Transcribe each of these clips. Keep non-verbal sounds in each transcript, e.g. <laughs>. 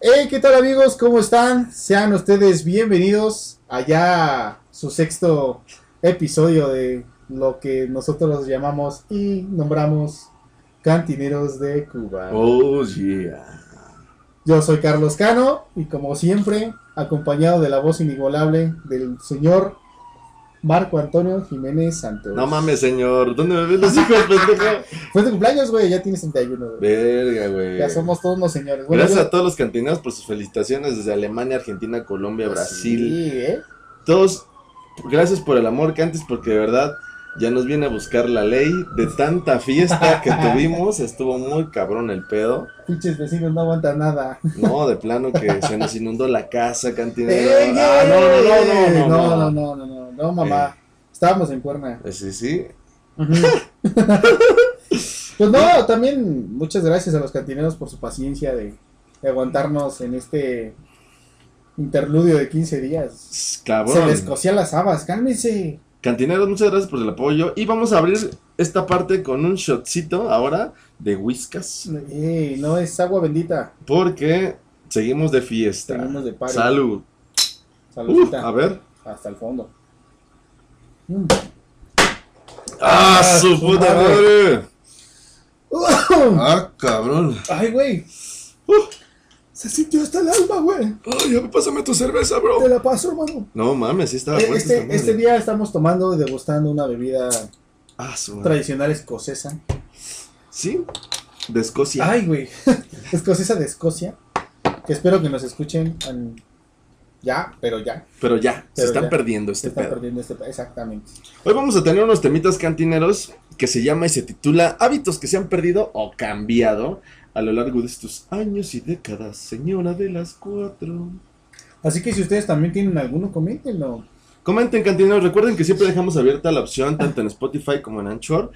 Hey, ¿qué tal amigos? ¿Cómo están? Sean ustedes bienvenidos allá a su sexto episodio de lo que nosotros llamamos y nombramos Cantineros de Cuba. Oh, yeah. Yo soy Carlos Cano y como siempre, acompañado de la voz inigualable del señor Marco Antonio Jiménez Santos. No mames, señor. ¿Dónde me ven los hijos, pendejo? Fue tu cumpleaños, güey, ya tienes 31, güey. Verga, güey. Ya somos todos unos señores. Bueno, Gracias yo- a todos los cantineros por sus felicitaciones desde Alemania, Argentina, Colombia, Brasil. Pues Sí, ¿eh? Todos, gracias por el amor que antes, porque de verdad ya nos viene a buscar la ley de tanta fiesta <laughs> que tuvimos. Estuvo muy cabrón el pedo. Pinches vecinos no aguantan nada. No, de plano que se nos inundó la casa, cantinero. ¡Ey, Ah, ey! no, no, no, no, no, no, no, no, no, no, mamá. Estábamos en cuerna. Eh, Sí, sí. <laughs> pues no, también muchas gracias a los cantineros por su paciencia de, de aguantarnos en este interludio de 15 días. S- Cabrón. Se les cocía las habas, cálmense. Cantineros, muchas gracias por el apoyo. Y vamos a abrir esta parte con un shotcito ahora de whiskas. Ey, no es agua bendita. Porque seguimos de fiesta. Seguimos de party. Salud. Uh, Saludita. a ver. Hasta el fondo. Mm. ¡Ah, Ah, su su puta madre. madre! <coughs> ¡Ah, cabrón! Ay, güey. Uh. Se sintió hasta el alma, güey. ¡Ay, a ver, pásame tu cerveza, Te bro! la paso, hermano. No mames, sí estaba Eh, fuerte esta Este, madre. este día estamos tomando y degustando una bebida ¡Ah, su madre! tradicional escocesa. ¿Sí? De Escocia. Ay, güey. <laughs> escocesa de Escocia. Que espero que nos escuchen en- ya, pero ya. Pero ya, se Pero están ya. perdiendo Se este está pedo. perdiendo este. Exactamente. Hoy vamos a tener unos temitas cantineros que se llama y se titula Hábitos que se han perdido o cambiado a lo largo de estos años y décadas, señora de las cuatro. Así que si ustedes también tienen alguno, coméntenlo. Comenten cantineros, recuerden que siempre dejamos abierta la opción tanto en Spotify como en Anchor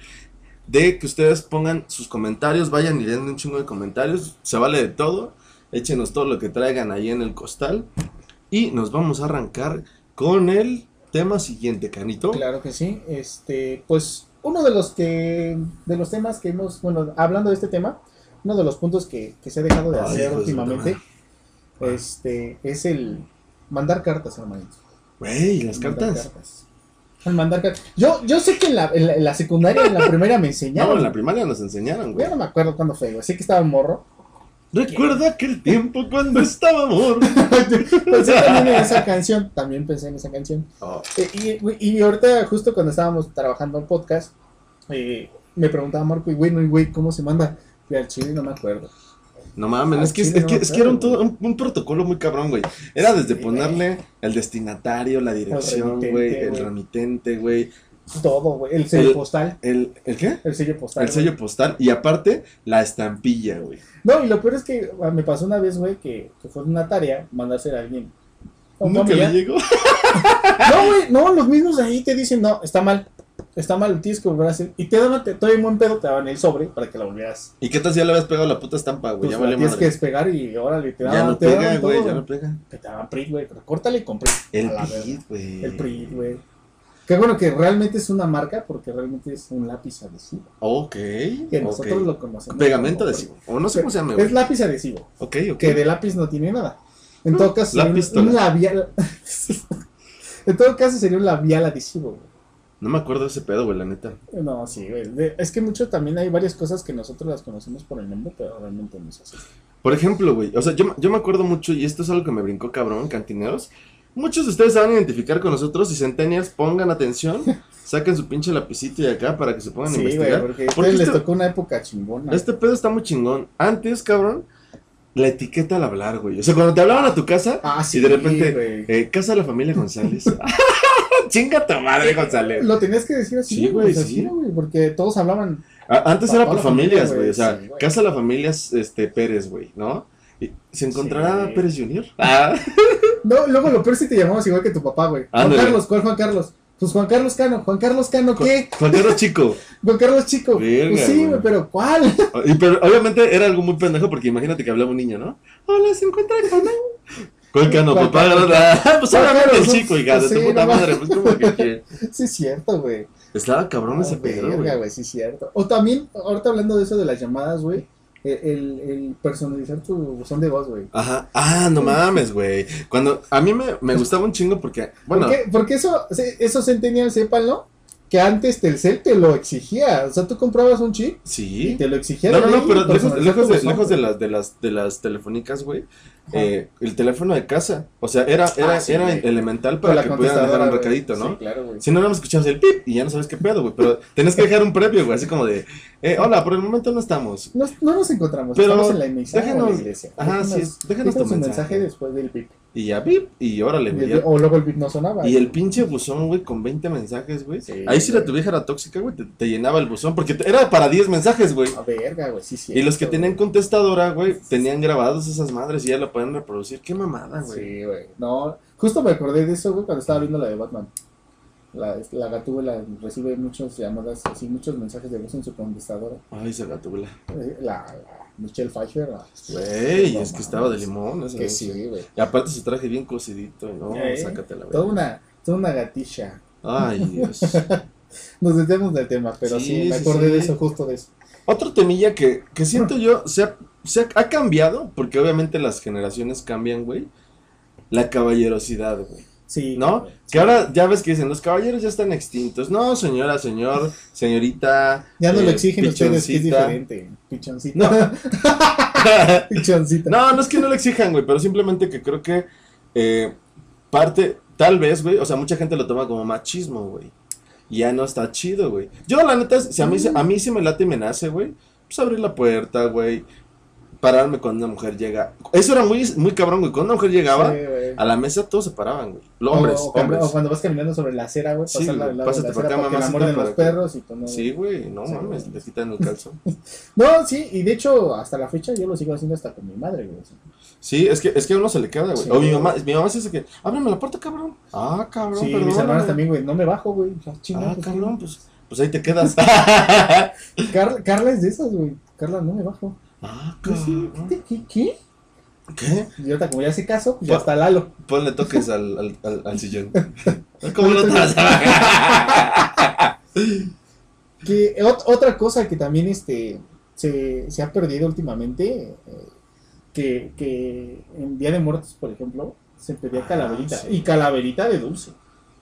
de que ustedes pongan sus comentarios, vayan y den un chingo de comentarios, se vale de todo, échenos todo lo que traigan ahí en el costal y nos vamos a arrancar con el tema siguiente, Canito. Claro que sí. Este, pues uno de los que de los temas que hemos, bueno, hablando de este tema, uno de los puntos que, que se ha dejado de Ay, hacer hijo de su últimamente, este, es el mandar cartas, hermanito. Güey, las cartas. Al mandar cartas. Yo, yo sé que en la, en la- en la secundaria, en la primera me enseñaron. <laughs> No, en la primaria nos enseñaron, güey. Yo no me acuerdo cuándo fue, güey. Sé que estaba <laughs> morro. Recuerda aquel tiempo cuando estaba amor. Pensé también en esa canción. También pensé en esa canción. Oh, Eh, y, güey, y ahorita, justo cuando estábamos trabajando el podcast, eh, me preguntaba Marco, y güey, no, y güey, ¿cómo se manda? Y al chile no me acuerdo. no mames, Ah, es que, es, chile, no que, me es que era un, acuerdo, todo- un, un protocolo muy cabrón, güey. Era desde Sí, ponerle el destinatario, la dirección, remitente, güey, el güey. remitente, güey, Todo, güey. El sello El- postal. el, ¿el qué? El sello postal. El güey. sello postal y aparte la estampilla, güey. No, y lo peor es que ah, me pasó una vez, güey, que, que fue una tarea mandársela a alguien. O tu Nunca amiga. le llegó. No, güey, no, los mismos de ahí te dicen, no, está mal, está mal, tienes que volver a hacer. Y te daban, te, todavía en buen pedo, te daban el sobre para que la volvieras. ¿Y qué tal si ya le habías pegado la puta estampa, güey? Pues ya la valió tienes que madre. despegar y órale, te daban, Ya no te pega, daban güey, todo, ya no pega. Que te daban PRI, güey, pero córtale con PRI. El a la verga. PRI, güey. El PRI, güey. Qué bueno que realmente es una marca porque realmente es un lápiz adhesivo. Ok. Que ok. nosotros lo conocemos. Pegamento como adhesivo. O no sé cómo se llama, PRI. güey. Es lápiz adhesivo, Ok, ok. que de lápiz no tiene nada. En todo caso, la sería un- pistola. un labial. <laughs> en todo caso, sería un labial adhesivo, güey. No me acuerdo de ese pedo, güey, la neta. No, sí, güey. De- Es que mucho también hay varias cosas que nosotros las conocemos por el nombre, pero realmente no es así. Por ejemplo, güey, o sea, yo, me- yo me acuerdo mucho, y esto es algo que me brincó cabrón, cantineros. Muchos de ustedes se van a identificar con nosotros y centenias, <laughs> pongan atención, saquen su pinche lapicito y acá para que se pongan a Sí, güey, investigar. porque, a Porque ustedes les esto- tocó una época chingona. Este pedo está muy chingón. Antes, cabrón, la etiqueta al hablar, güey. O sea, cuando te hablaban a tu casa, Ah, sí, y de repente, güey. eh, casa de la familia <laughs> González. <laughs> Chinga tu madre, González. Lo tenías que decir así, Sí, güey. güey, o sea, sí. sí, güey, porque todos hablaban. A- antes Pa- era toda por la familia, familias, güey, güey. O sea, sí, güey. casa de la familia este, Pérez, güey, ¿no? Y- ¿Se encontrará Sí. Pérez Junior? Ah. <laughs> No, luego lo peor si te llamabas igual que tu papá, güey. Juan Ándale. Carlos, ¿cuál Juan Carlos? Pues Juan Carlos Cano. Juan Carlos Cano, ¿qué? Cuando era chico. Juan Carlos Chico. Verga, Pues sí, güey. güey, pero ¿cuál? <laughs> Y pero obviamente era algo muy pendejo porque imagínate que hablaba un niño, ¿no? Hola, ¿se encuentra el canal? ¿Cuál cano, ¿Cuál papá? cano? Ah, <laughs> pues ¿Cuál obviamente cano? el chico, hija, de Sí, tu puta no mames. madre. Pues como <laughs> que ¿qué? Sí, es cierto, güey. Estaba cabrón Ah, ese pedo, verga, güey. güey, sí, es cierto. O también, ahorita hablando de eso de las llamadas, güey. el, el- el personalizar tu buzón de voz, güey. Ajá. Ah, no mames, güey. Cuando a mí me, me gustaba un chingo porque, bueno, Porque, porque eso, se- esos centenials, sépanlo, que antes Telcel te lo exigía. O sea, tú comprabas un chip y sí. te lo exigía. No, no, de no, ahí, pues, pero lejos, personalizar lejos tu de, buzón, lejos de güey. las de las de las telefónicas, güey. Ajá. eh, el teléfono de casa, o sea, era era Ah, sí, era güey. elemental Con para la que pudieran dejar un contestadora, güey. recadito, ¿no? Sí, claro, güey. Si no, nada más escuchabas el pip y ya no sabes qué pedo, güey. Pero tenés que dejar un previo, güey. Así como de, eh, hola, por el momento no estamos. No, no nos encontramos, Pero estamos en la misa o en la déjanos- iglesia. Ajá, sí, Déjanos- es- déjanos tu un mensaje. mensaje después del pip. Y ya pip y órale, Y "Oh, güey. el- ya. o luego el pip no sonaba. Y el pinche buzón, güey, con 20 mensajes, güey. Sí, Ahí sí la güey. tu vieja era tóxica, güey. Te, te llenaba el buzón porque te- era para 10 mensajes, güey. Ah, verga, güey, sí, sí. Y los que güey. tenían contestadora, güey, tenían grabados esas madres y ya lo podían reproducir. Qué mamada, güey. Sí, güey. No, justo me acordé de eso, güey, cuando estaba viendo la de Batman. La, la gatúbela recibe muchas llamadas, así, muchos mensajes de voz en su contestadora. Ay, se gatula. Eh, La, la Michelle Pfeiffer. la- Güey, No es que mames. estaba de limón. Esa Que vez. sí, güey. Y aparte su traje bien cocidito, ¿no? Eh, Sácatela, güey. Toda una, toda una gatilla. Ay, Dios. Nos desviamos del tema, pero Sí, sí, me sí, acordé sí. de eso, justo de eso. Otro temilla que, que siento yo se ha, se ha- ha cambiado, porque obviamente las generaciones cambian, güey. La caballerosidad, güey. Sí. ¿No? güey. Que ahora ya ves que dicen, los caballeros ya están extintos. No, señora, señor, señorita. Ya no eh, lo exigen ustedes, que es pichoncita. diferente. Pichoncita. No. <laughs> <laughs> Pichoncita. No, no es que no lo exijan, güey, pero simplemente que creo que eh, parte, tal vez, güey, o sea, mucha gente lo toma como machismo, güey. Y Ya no está chido, güey. Yo, la neta, si a mí, se- a mí sí me late y me nace, güey, pues abrir la puerta, güey, pararme cuando una mujer llega. Eso era muy, muy cabrón, güey. Cuando una mujer llegaba Sí, güey. a la mesa, todos se paraban, güey. Los Hombres, o, o cam- hombres. o cuando vas caminando sobre la acera, güey, Sí, pasar al lado de güey, la pásate por acera acá, para que la mamacita, muerden para los que- perros y tú no. Sí, güey, no Sí, mames, güey. le quitan el calzón. No, sí, y de hecho, hasta la fecha yo lo sigo haciendo hasta con mi madre, güey. Sí, es que, es que a uno se le queda, güey. Sí. O mi mamá, mi mamá se dice que, ábreme la puerta, cabrón. Ah, cabrón, Sí, mis perdóname. hermanas también, güey, no me bajo, güey. Ah, chinga, Ah, pues, cabrón, pues, pues ahí <laughs> te quedas. güey. Carla, Carla es de esas, güey. Carla, no me bajo. ah, Yo Pues sí, cabrón. ¿qué, qué, qué? ¿Qué? Y ahorita, como ya hace caso, pues ya Pa- está Lalo. Ponle toques al, al, al, al <laughs> sillón. ¿Cómo no te vas a bajar? Que ot- otra cosa que también este se, se ha perdido últimamente, eh, que, que en Día de Muertos, por ejemplo, se pedía Ah, calaverita. sí. Y calaverita de dulce.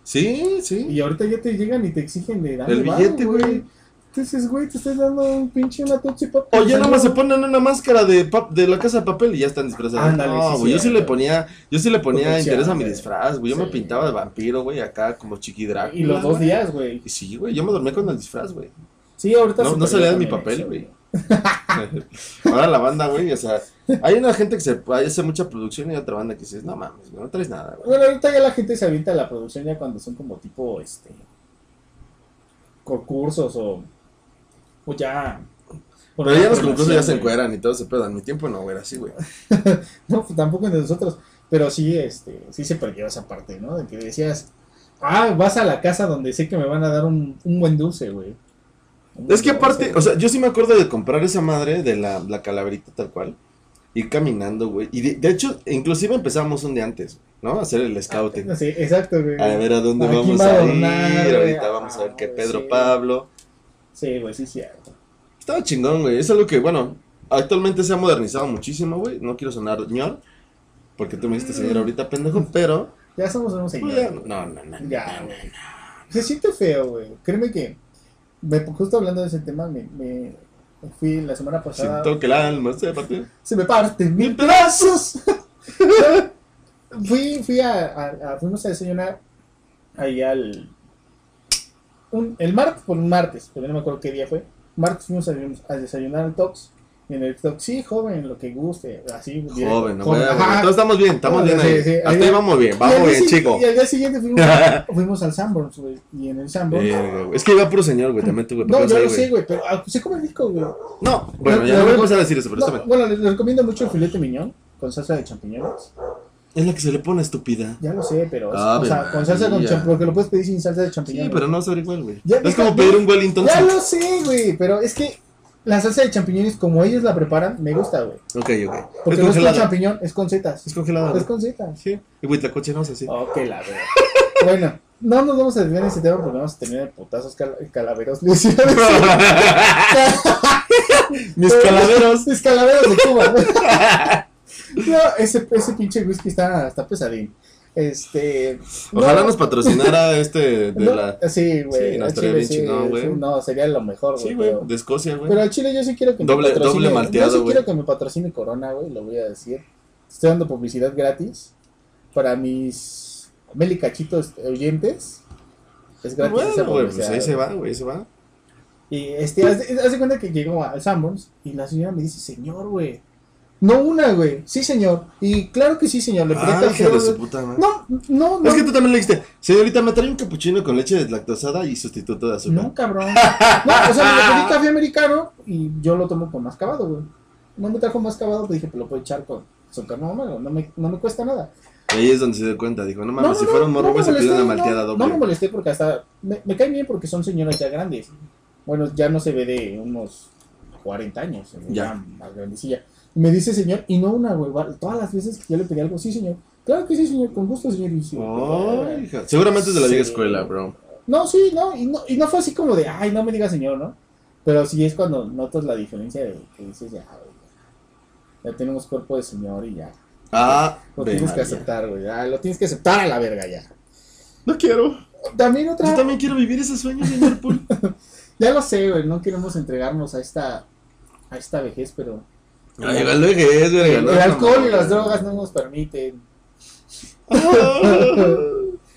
Sí, sí. Y ahorita ya te llegan y te exigen de dame El varo, billete, güey. Entonces, güey, te estás dando un pinche una Tootsie Pop. O ya nomás se pone. ponen una máscara de, pap- de la casa de papel y ya están disfrazados. Ándale, no, sí, güey, yo sí cierto. le ponía, yo sí le ponía Potencial, interés a mi güey. disfraz, güey. Yo me Sí. pintaba de vampiro, güey, acá como chiqui Drácula, Y los dos güey. días, güey. Y Sí, güey, yo me dormí con el disfraz, güey. <laughs> Sí, ahorita No- se no perdió salía de mi también papel, eso, güey. Ahora la banda, güey, o sea, hay una gente que se hace mucha producción y otra banda que dices, no mames, güey, no traes nada, güey. Bueno, ahorita ya la gente se avienta a la producción ya cuando son como tipo, este, concursos o, o ya. Pero ya los Programación, concursos ya se güey. encueran y todo se pedo. En mi tiempo no, güey, era así, güey. No, pues, tampoco en nosotros. Pero sí, este, sí se perdió esa parte, ¿no? De que decías, ah, vas a la casa donde sé que me van a dar un, un buen dulce, güey. Un Es que buen dulce, aparte, güey. o sea, yo sí me acuerdo de comprar esa madre de la, la calaverita tal cual. Ir caminando, güey. Y de, de hecho, inclusive empezamos un día antes, ¿no? A hacer el scouting. Sí, exacto, güey. A ver a dónde Aquí vamos va a a adornar, ir. güey. Ahorita vamos a ver Ah, qué güey, Pedro sí. Pablo. Sí, güey, sí, cierto. Estaba chingón, güey. Es algo que, bueno, actualmente se ha modernizado muchísimo, güey. No quiero sonar ñor, porque tú me dijiste señor ahorita, pendejo, pero. Ya somos unos pues, ya- señores. no, no, no. Ya, güey. Se siente feo, güey. Créeme que, me, justo hablando de ese tema, me, me fui la semana pasada. Siento que el alma se partió. Se me parten mil pedazos. <laughs> fui, fui a, a- a- fuimos a desayunar ahí al. un- el martes, por un martes, pero no me acuerdo qué día fue. Martes fuimos a, a desayunar al Tox. Y en el Tox, sí, joven, lo que guste, así. directo. Joven, güey. Ajá. Todos estamos bien, estamos Sí, bien ahí. sí, ahí Hasta va. ahí vamos bien, Y al vamos día bien, si- chico. Y al día siguiente fuimos, <laughs> fuimos al Sanborns, güey. Y en el Sanborns. Verga, Eh, güey. Es que iba puro señor, güey. También tuve no, pedos yo ahí, lo sé, güey, pero ah, se come rico, güey. No, bueno, No, ya no, no voy a no. empezar a decir eso, pero No, está bien. bueno, les les recomiendo mucho el filete miñón con salsa de champiñones. Es la que se le pone estúpida. Ya lo sé, pero o Ave sea, con salsa con María. champiñones, porque lo puedes pedir sin salsa de champiñones. Ah, Sí, pero no va a saber igual, güey. Ya, Es deja- como pedir un Wellington. Ya lo sé, güey, pero es que la salsa de champiñones como ellos la preparan, me gusta, güey. Ok, ok. Es Porque no es con congelada. champiñón, es con setas. Es congelada. Es güey. con setas. Sí. Y huitlacoche no sé, sí. Ok, la verdad. <laughs> bueno, no nos vamos a desviar en <laughs> <laughs> ese tema porque vamos a tener putazos cal- calaveros. Luis. Mis calaveros. Mis calaveros de Cuba. No, <laughs> ese, ese pinche whisky está, está pesadín. Este. <laughs> no, Ojalá nos <laughs> patrocinara este de no, la. Sí, güey. Sí, no, al estaría chile bien sí, chingón, sí, güey. No, sería lo mejor, güey. Sí, güey, pero- de Escocia, güey. Pero al chile yo sí quiero que Doble- me patrocine. doble malteado, yo sí güey. quiero que me patrocine Corona, güey, lo voy a decir. Estoy dando publicidad gratis para mis Meli Cachitos oyentes. Es gratis esa Bueno, güey, pues publicidad, ahí se güey. va, güey, ahí se va. Y este, hace, cuenta que llegó al Sanborns y la señora me dice, señor, güey. No una, güey. Sí, señor. Y claro que sí, señor. Le Ah, pregunta al hija de jefe, su güey. puta madre. No, no, no. Es que tú también le dijiste, señorita, me trae un capuchino con leche deslactosada y sustituto de azúcar. <laughs> No, cabrón. No, o sea, me pedí café americano y yo lo tomo con mascabado, güey. No me trajo mascabado, pero dije, pero lo puedo echar con azúcar normal, no me, no me cuesta nada. Y ahí es donde se dio cuenta, dijo, no No, mames, no, si no, fuera un morro, no güey, me se pide molesté, una malteada no, doble. No me molesté porque hasta me, me cae bien porque son señoras ya grandes. Bueno, ya no se ve de unos 40 años, se ve Ya. ya más grandecilla. Y Me dice señor, y no una, güey, va- todas las veces que yo le pedí algo, sí, señor. Claro que sí, señor, con gusto, señor. Y sí, Oh, hija. Seguramente es de la vieja Sí. escuela, bro. No, sí, no y, no, y no fue así como de, ay, no me digas señor, ¿no? Pero sí es cuando notas la diferencia de que dices, ya, güey, ya, ya tenemos cuerpo de señor y ya. Ah, Lo ve tienes que María. aceptar, güey, ya, lo tienes que aceptar a la verga ya. No quiero. También otra, Yo también quiero vivir ese sueño, señor Pool. ya lo sé, güey, no queremos entregarnos a esta, a esta vejez, pero <laughs> Ay, la vejez, verga. el no, alcohol no, y las no. drogas no nos permiten. <laughs>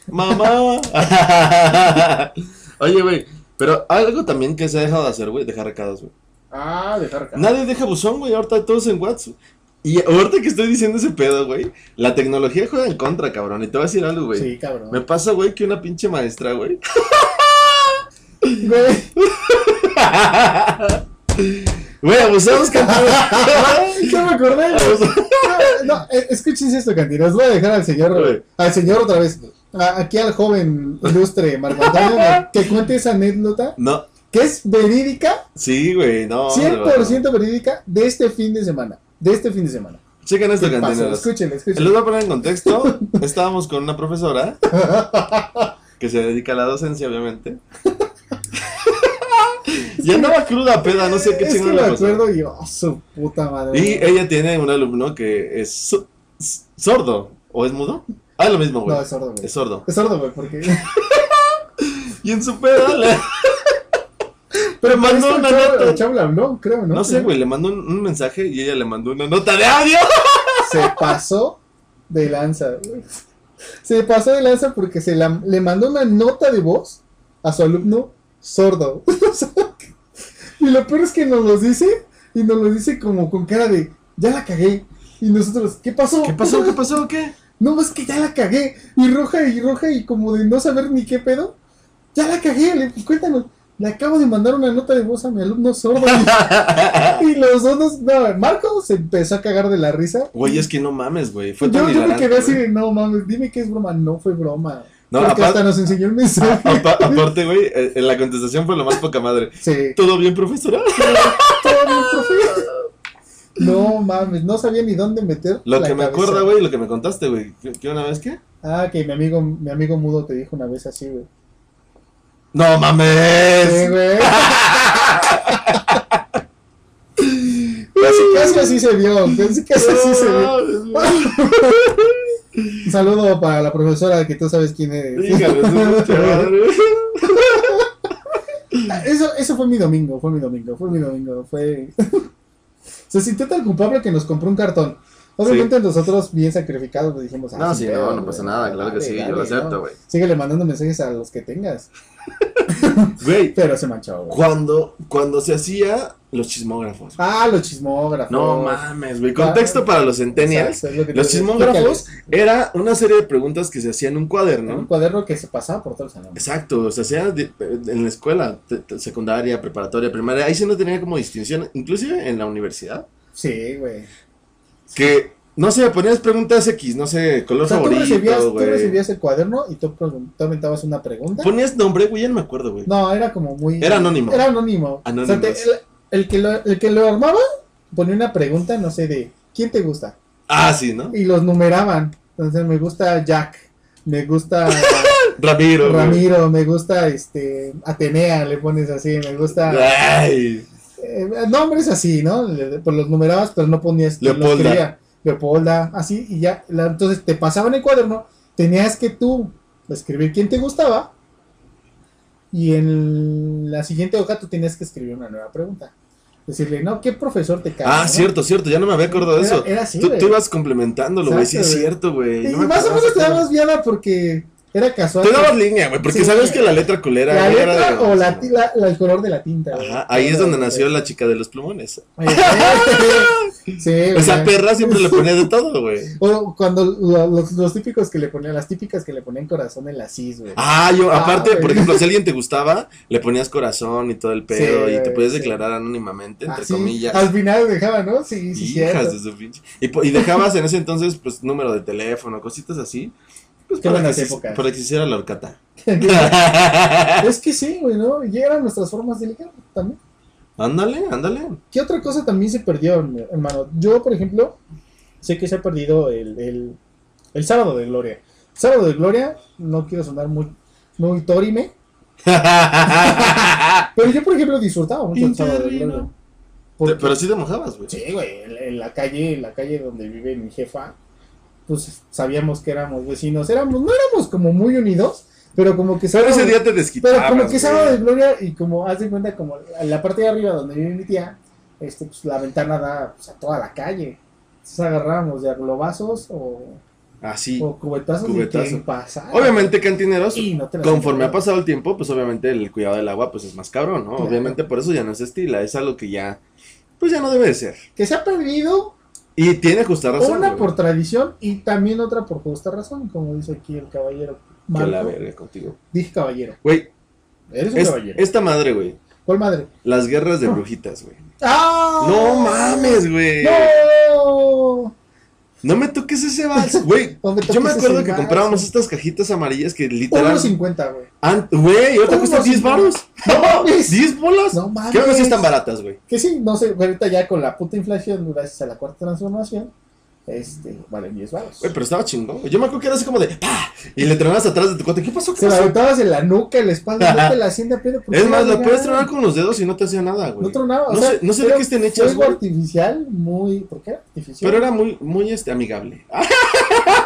Mamá. <laughs> Oye, güey, pero algo también que se ha dejado de hacer, güey, dejar recados, güey. Ah, dejar caer. Nadie deja buzón, güey, ahorita todos en WhatsApp. Y ahorita que estoy diciendo ese pedo, güey, la tecnología juega en contra, cabrón. Y te voy a decir algo, güey. Sí, cabrón. Me pasa, güey, que una pinche maestra, güey. <laughs> Güey, Güey, <laughs> abusamos cantando. ya me acordé, güey. <laughs> No, eh, escúchense esto, cantinas. Voy a dejar al Güey. señor, al señor otra vez. A- aquí al joven ilustre Marco Antonio <laughs> ¿no? que cuente esa anécdota No, que es verídica, sí, güey, no. 100% verídica de este fin de semana. De este fin de semana. Chequen esto, ¿Qué pasó? cantineros. Escúchenlo, Se los escúchenlo. voy a poner en contexto. Estábamos con una profesora que se dedica a la <laughs> docencia, obviamente. y andaba cruda, peda, no sé qué es que chingón me le pasó. acuerdo y oh, su puta madre. Y eh, ella tiene un alumno que es so- s- sordo. ¿O es mudo? Ah, es lo mismo, güey. No, es sordo, güey. Es sordo. Es sordo, güey, <laughs> porque. Y en su peda le- Pero mandó esto una el chavo- nota. El chavo le habló, creo, ¿no? No sé, güey, le mandó un, un mensaje y ella le mandó una nota de audio. se pasó de lanza. güey. Se pasó de lanza porque se la- le mandó una nota de voz a su alumno sordo. <laughs> O sea, y lo peor es que nos lo dice y nos lo dice como con cara de ya la cagué. Y nosotros, ¿qué pasó? ¿Qué pasó? ¿Qué pasó? ¿Qué? No, es que ya la cagué. Y roja y roja y como de no saber ni qué pedo. Ya la cagué, le, cuéntanos. Le acabo de mandar una nota de voz a mi alumno sordo. <laughs> Y, y los dos, nos- no, Marco se empezó a cagar de la risa. Güey, es que no mames, güey. Fue yo, tan yo me hilarante, quedé así güey. de, no mames, dime que es broma, no fue broma. No, Porque aparte, Ah. hasta nos enseñó el mensaje. apa- aparte, güey, eh, eh, la contestación fue lo más poca madre. Sí. ¿Todo bien, profesora? Todo bien, profe. No mames, no sabía ni dónde meter. Lo la que me cabeza. acuerda, güey, lo que me contaste, güey. ¿Que que una vez qué? Ah, que mi amigo, mi amigo mudo te dijo una vez así, güey. ¡No Sí, <laughs> mames! güey. Casi, casi así se vio, casi, casi así se vio. Un saludo para la profesora que tú sabes quién es. Híjole, es un chaval. Eso, eso fue mi domingo, fue mi domingo, fue mi domingo, fue... <laughs> Se sintió tan culpable que nos compró un cartón. Obviamente nosotros bien sacrificados le dijimos... ah, No, sin sí, pedo, no, no güey, pasa nada, claro que dale, sí, yo dale, lo ¿no? acepto, güey. Síguele mandando mensajes a los que tengas. Güey, Pero se manchó, güey. cuando, cuando se hacía los chismógrafos. güey. Ah, los chismógrafos. No mames, güey. Contexto para los centennials. Exacto, es lo que te Los decía. chismógrafos era una serie de preguntas que se hacían en un En un cuaderno. cuaderno que se pasaba por todo el salón. Exacto, se hacía de- eh, en la escuela, te- te- secundaria, preparatoria, primaria. Ahí sí no tenía como distinción, inclusive en la universidad. Sí, güey. Que, no sé, ponías preguntas X, no sé, color O sea, tú favorito, recibías, tú güey. recibías el cuaderno y tú, pregun- tú aventabas una pregunta. Ponías nombre, güey, ya no me acuerdo, güey. No, era como muy. Era anónimo. Era anónimo. Anónimos. O sea, te- el, el que lo, el que lo armaba ponía una pregunta, no sé, de ¿quién te gusta? Ah, sí, ¿no? Y los numeraban. Entonces, me gusta Jack, me <laughs> gusta Ramiro. güey. Ah, Ramiro, me gusta este Atenea, le pones así, me gusta Ay. eh, eh, nombres así, ¿no? Le- Pues los numerabas, pero no ponías los Leopolda. que había. Leopolda, así, y ya. la- entonces te pasaban el cuaderno, tenías que tú escribir quién te gustaba. Y en la siguiente hoja tú tenías que escribir una nueva pregunta. Decirle, no, ¿qué profesor te cae? Ah, cierto, cierto, ya no me había acordado de Era- eso. era así, tú, güey. tú ibas complementándolo, güey, sí es Exacto, güey. cierto, güey. Y no me más o acordaba menos te de eso. dabas viada porque era casual. Te dabas línea, güey, porque Sí. sabes que la letra culera la güey, era letra de- o la, ti- la- la- el color de la tinta. güey. Ajá, ahí es donde nació la chica de los plumones. <laughs> Sí, O sea, güey. perra siempre le ponía de todo, güey. O cuando lo- los, los típicos que le ponían, las típicas que le ponían corazón en la cis, güey. Ah, yo, Ah, aparte, por güey. ejemplo, si alguien te gustaba, le ponías corazón y todo el pedo Sí, y te güey, podías sí. declarar anónimamente, entre Así, comillas. Al final dejaba, ¿no? Sí, sí, Hijas cierto. de su pinche. Y, po- y dejabas en ese entonces, pues, número de teléfono, cositas así. Pues, Qué para, que buenas se- épocas. para que se hiciera <laughs> la horcata. Es que sí, güey, ¿no? Y eran nuestras formas de ligar también. ándale, ándale. ¿Qué otra cosa también se perdió, hermano? Yo, por ejemplo, sé que se ha perdido el, el, el sábado de gloria. El sábado de gloria, no quiero sonar muy, muy tórime, pero yo, por ejemplo, disfrutaba mucho el Pinche sábado de Rino. gloria. <laughs> Te- Porque- Pero sí te mojabas, güey. Sí, güey, en, en la calle, en la calle donde vive mi jefa, pues sabíamos que éramos vecinos, éramos, no éramos como muy unidos, pero como que Pero sábado- ese día te desquitabas. pero como que güey. sábado de gloria y como haz de cuenta como en la parte de arriba donde vive mi tía, este, pues la ventana da pues, a toda la calle. Entonces agarrábamos de globazos o, Así. o cubetazos y Cubetazo. quien pasara. Obviamente, cantineros, Oh. Y no te las- conforme ha pasado el tiempo, pues obviamente el cuidado del agua, pues es más cabrón, ¿no? Claro. Obviamente por eso ya no se estila, es algo que ya, pues ya no debe de ser. Que se ha perdido Y tiene justa razón. una güey. por tradición y también otra por justa razón, como dice aquí el caballero. Que la Marco. verga contigo. Dije caballero. Güey, Eres un es- caballero. esta madre, güey. ¿Cuál madre? Las guerras de brujitas, güey. ¡Ah! No mames, güey. ¡No! No me toques ese vals, güey. No me toques Yo me acuerdo ese que vals. comprábamos estas cajitas amarillas que literal. 1.50, güey. an- Güey, ahorita Uno cuestan 10 cincuenta. baros. No mames. ¿10 bolas? No mames. Creo que sí están baratas, güey. Que sí, no sé, güey, ahorita ya con la puta inflación, gracias a la cuarta transformación, este, valen 10 baros. Güey, pero estaba chingón. güey. Yo me acuerdo que era así como de ¡pah! Y le tronabas atrás de tu cuate. ¿Qué pasó? ¿Qué Se la pasó? aventabas en la nuca, en la espalda, no te la hacienda, pedo. ¿por Es qué más, la la puedes regalan? tronar con los dedos y no te hacía nada, güey. No tronaba, o No sea, sé- no sé de era qué estén hechas, Fuego güey. artificial, muy. ¿Por qué era artificial? Pero era muy, muy este, amigable. Ah,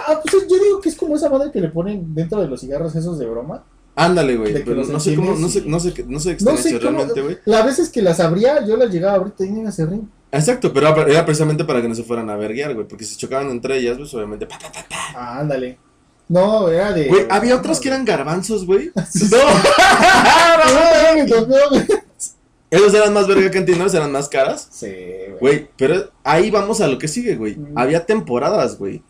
Ah, pues yo digo que es como esa madre que le ponen dentro de los cigarros esos de broma. ándale, güey. De que Pero los no sé cómo, no enciendes sé, y- no sé, qué- no sé qué No estén sé hechos cómo- realmente, güey. Las veces que las abría, yo las llegaba ahorita y no se ríen. Exacto, pero era- era precisamente para que no se fueran a verguear, güey. Porque si chocaban entre ellas, pues obviamente. pa, pa, pa. Ah, ándale. No, era de. Güey, había otras que eran garbanzos, <laughs> güey. Sí. No, <laughs> Ah, me tocó, güey. esos eran más verga que antineros, eran más caras. Sí, güey. Güey, pero ahí vamos a lo que sigue, güey. Mm. Había temporadas, güey.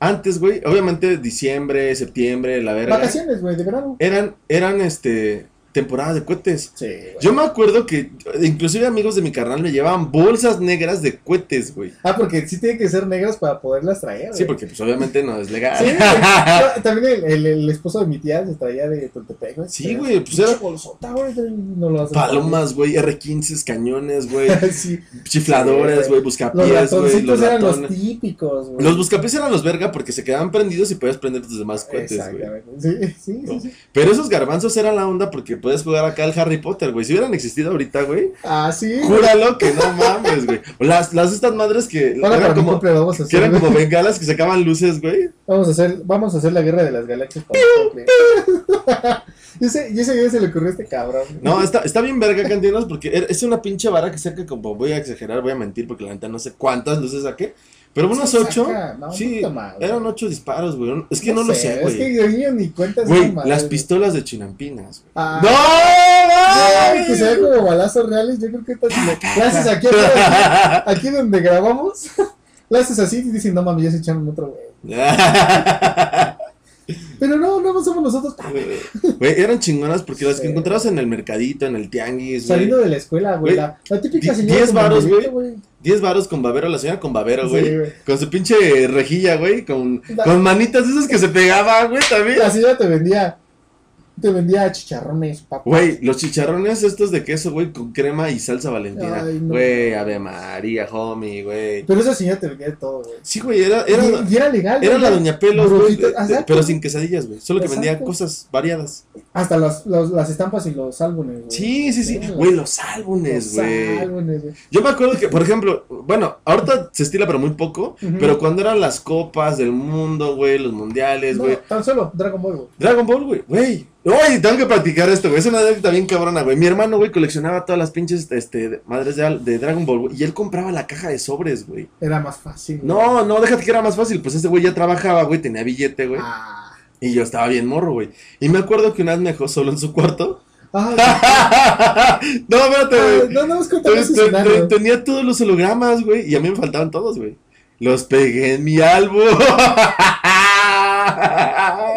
Antes, güey, obviamente diciembre, septiembre, la verga. Vacaciones, güey, de verano. Eran, eran, este, temporadas de cohetes. Sí, güey. Yo me acuerdo que eh, inclusive amigos de mi carnal me llevaban bolsas negras de cohetes, güey. Ah, porque sí tienen que ser negras para poderlas traer, Sí, güey. porque pues obviamente no es legal. Sí, <laughs> güey. Yo- También el, el- el esposo de mi tía se traía de Tultepec, güey. Sí, güey, pues era- Pinche bolsota, güey, de- No lo hacen. Palomas, güey, R15, cañones, güey, <laughs> sí. chifladores, Sí, güey, güey. Los buscapiés, güey, ratoncitos los eran los ratones. típicos, güey. Los buscapiés eran los verga porque se quedaban prendidos y podías prender tus demás cohetes, güey. Exactamente. Sí, sí, sí. sí. Pero esos garbanzos eran la onda porque puedes jugar acá al Harry Potter, güey. Si hubieran existido ahorita, güey, Ah, sí. güey. júralo que no mames, güey. O Las, las estas madres que Ahora para eran mi como, cumple vamos a que hacer. eran güey. como bengalas que sacaban luces, güey. Vamos a hacer, vamos a hacer la guerra de las galaxias para cumple. <laughs> y, ese, y ese día se le ocurrió a este cabrón. No, está, está bien verga, cantinos, porque er- es una pinche vara que saca como, voy a exagerar, voy a mentir, porque la neta no sé cuántas luces saqué. Pero unas ocho, Saca, no, sí, puta madre. eran ocho disparos, güey. Es que no, lo sé, güey. Es que yo niño ni cuentas. Güey, las pistolas de chinampinas, güey. Ah. pues, eh, ¡No! que se ve como balazos reales. Yo creo que estas le- le haces aquí, atrás, aquí donde grabamos. <laughs> Le haces así y dicen, no mames, ya se echaron otro, güey. Pero no, no, no somos nosotros. Güey, eran chingonas porque las que Sí. encontrabas en el mercadito, en el tianguis, güey. Saliendo de la escuela, güey. Güey, La, la típica di- señora. diez con varos, banderita, güey. 10 varos con babero, la señora con babero, güey. Sí, güey. con su pinche rejilla, güey. Con, La- con manitas esas que se pegaban, güey, también. La señora te vendía te vendía chicharrones, papá. Güey, los chicharrones estos de queso, güey, con crema y salsa valentina. Ay, no. Güey, Ave María, homie, güey. Pero esa señora te vendía de todo, güey. Sí, güey, era, era, y, y era legal, era güey, la Doña Pelos, güey, Brujitas, de- de- exacto. pero sin quesadillas, güey. Solo que vendía Exacto. cosas variadas. Hasta los, los- las estampas y los álbumes, güey. Sí, sí, sí. Sí, Güey, los Los álbumes, güey. álbumes, güey. Yo me acuerdo que, por ejemplo, bueno, ahorita se estila, pero muy poco. Ujú. Pero cuando eran las copas del mundo, güey, los mundiales, No, güey. tan solo Dragon Ball, güey. Dragon Ball, güey, güey. Uy, tengo que platicar esto, güey. Es una anécdota bien cabrona, güey. Mi hermano, güey, coleccionaba todas las pinches este, de- madres de, al- de Dragon Ball, güey. Y él compraba la caja de sobres, güey. Era más fácil. güey. No, no, déjate que era más fácil. Pues ese güey ya trabajaba, güey, tenía billete, güey. Ah. <laughs> Y yo estaba bien morro, güey. Y me acuerdo que una vez me dejó solo en su cuarto. Ay, no, espérate, güey. no, no, es cuéntame ese Entonces, te- te- escenario. tenía todos los hologramas, güey. Y a mí me faltaban todos, güey. Los pegué en <laughs> mi álbum.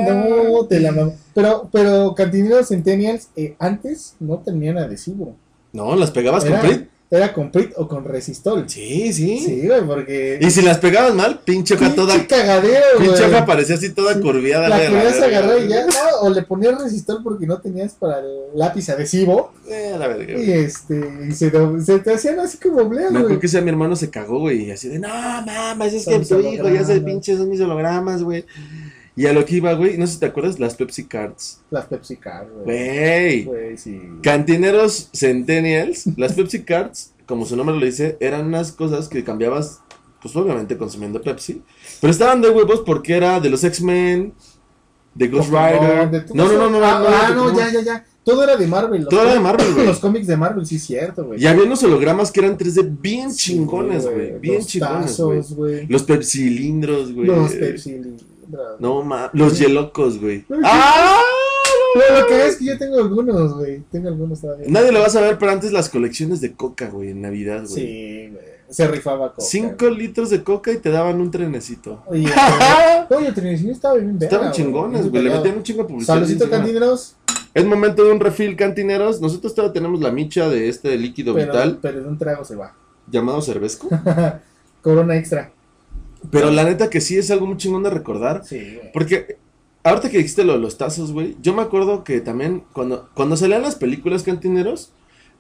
No, te la mam- Pero, pero Cantineros Centennials eh, antes no tenían adhesivo. No, las pegabas Era, con Prit. era con Prit o con Resistol. Sí, sí. Sí, güey, porque. Y si las pegabas mal, pinche hoja Pinche toda. cagadero, Pinche hoja güey. parecía así toda curviada. La güey, a querías verga, agarrar y güey. ya, no, o le ponías resistor porque no tenías para el lápiz adhesivo. Eh, la verga, güey. Y este, y se, te- se te hacían así como bleas, Me güey. acuerdo que sea mi hermano se cagó, güey. Y así de, no mames, es Son que tu hijo ya se hologramas. pinche, son mis hologramas, güey. Y a lo que iba, güey, no sé si te acuerdas, las Pepsi Cards. Las Pepsi Card, güey. Güey. Güey, sí. Cantineros Centennials, las Pepsi Cards, como su nombre lo dice, eran unas cosas que cambiabas, pues obviamente consumiendo Pepsi, pero estaban de huevos porque era de los X-Men, de Ghost Pokémon, Rider. de- No, no, no, no, no. Ah, no, no, no. ya, ya, ya. Todo era de Marvel. los Todo era de cómics- Marvel, güey. Los cómics de Marvel, sí, cierto, güey. Y había unos hologramas que eran 3D bien Sí, chingones, güey. Bien los chingones, güey. tazos, güey. Los pepsilindros, güey. Los Pepsi Libra. No ma, los yelocos, güey. Pero sí. ¡Ah! Pero lo que es que yo tengo algunos, güey. Tengo algunos todavía. Nadie lo va a saber, pero antes las colecciones de coca, güey, en Navidad, güey. Sí, güey. Se rifaba con. 5 litros de coca y te daban <laughs> un trenecito. <laughs> Oye, oye, el trenecito estaba bien verga, Estaban güey. chingones, güey. Le metían un chingo de publicidad. Saludcito, bien chingona. cantineros. Es momento de un refil, cantineros. Nosotros todavía tenemos la micha de este líquido Pero, vital pero de un trago se va. llamado cervezco. Corona extra. pero la neta que sí es algo muy chingón de recordar. Sí, güey. Porque ahorita que dijiste lo de los tazos, güey, yo me acuerdo que también cuando, cuando salían las películas cantineros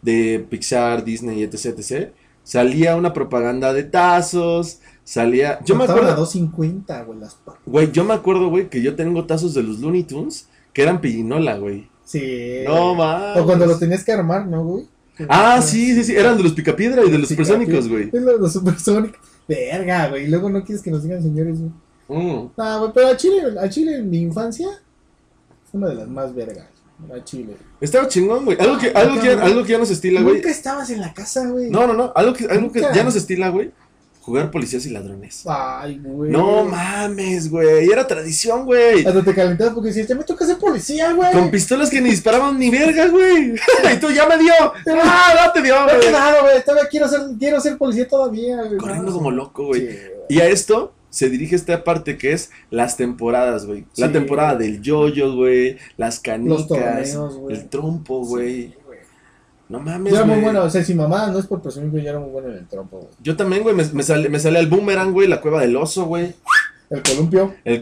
de Pixar, Disney, etc, etc, salía una propaganda de tazos, salía... Yo me Costaban acuerdo... a 250, güey, las pa- Güey, yo me acuerdo, güey, que yo tengo tazos de los Looney Tunes que eran pillinola, güey. Sí. No güey. mames. O cuando lo tenías que armar, ¿no, güey? Ah, sí, sí, sí, eran de los Picapiedra y de los Sí, Supersónicos, güey. Es lo de los supersónicos. Verga, güey. Y luego no quieres que nos digan señores, güey. Mm. No, güey, pero a Chile, a Chile en mi infancia fue una de las más vergas. A Chile. Estaba chingón, güey. Algo que, algo que, algo que ya nos estila, güey. Nunca estabas en la casa, güey. No, no, no. Algo que, algo que Nunca. ya nos estila, güey. Jugar policías y ladrones. Ay, güey. No mames, güey. Era tradición, güey. Hasta te calentabas porque decías, ya me toca ser policía, güey. Con pistolas que ni disparaban ni verga, güey. <laughs> y tú ya me dio. Ah, no te dio, No, güey. claro, güey. Todavía quiero ser, quiero ser policía todavía, güey. Corriendo No, como loco, güey. oh, sí, Y a esto se dirige esta parte que es las temporadas, güey. La Sí. temporada del yoyo, güey. Las Los canicas. torneos, güey. El trompo, güey. Sí, No mames, Yo era güey. muy bueno, o sea, si mamá no es por presumir, güey, yo era muy bueno en el trompo, güey. Yo también, güey. Me, me sale, me sale el boomerang, güey. La cueva del oso, güey. El columpio, El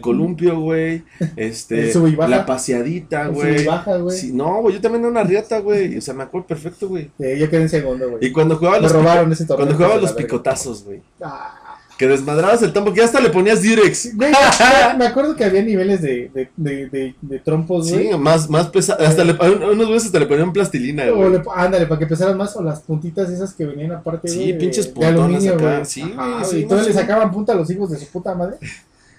<laughs> columpio, güey. Este. El sub y baja. La paseadita, el sub y Ah, güey. baja, güey. Sí, no, güey. Yo también era una riata, güey. O sea, me acuerdo perfecto, güey. Eh, yo quedé en segundo, güey. Y cuando jugaba Me los, robaron ese torneo. cuando jugaba hijos de los la verga. picotazos, güey. Ah, Que desmadrabas el tambo, que hasta le ponías direx. güey, me- me acuerdo que había niveles de, de, de, de, de trompos, güey. Sí, más, más pesado. Hasta le, a un- a unos güeyes hasta le ponían plastilina, O güey. le- ándale, para que pesaran más, o las puntitas esas que venían aparte, Sí, güey. de- pinches de puntonas aluminio, acá. güey. Sí, Ajá, güey, sí, güey. no Todos sé. le sacaban punta a los hijos de su puta madre.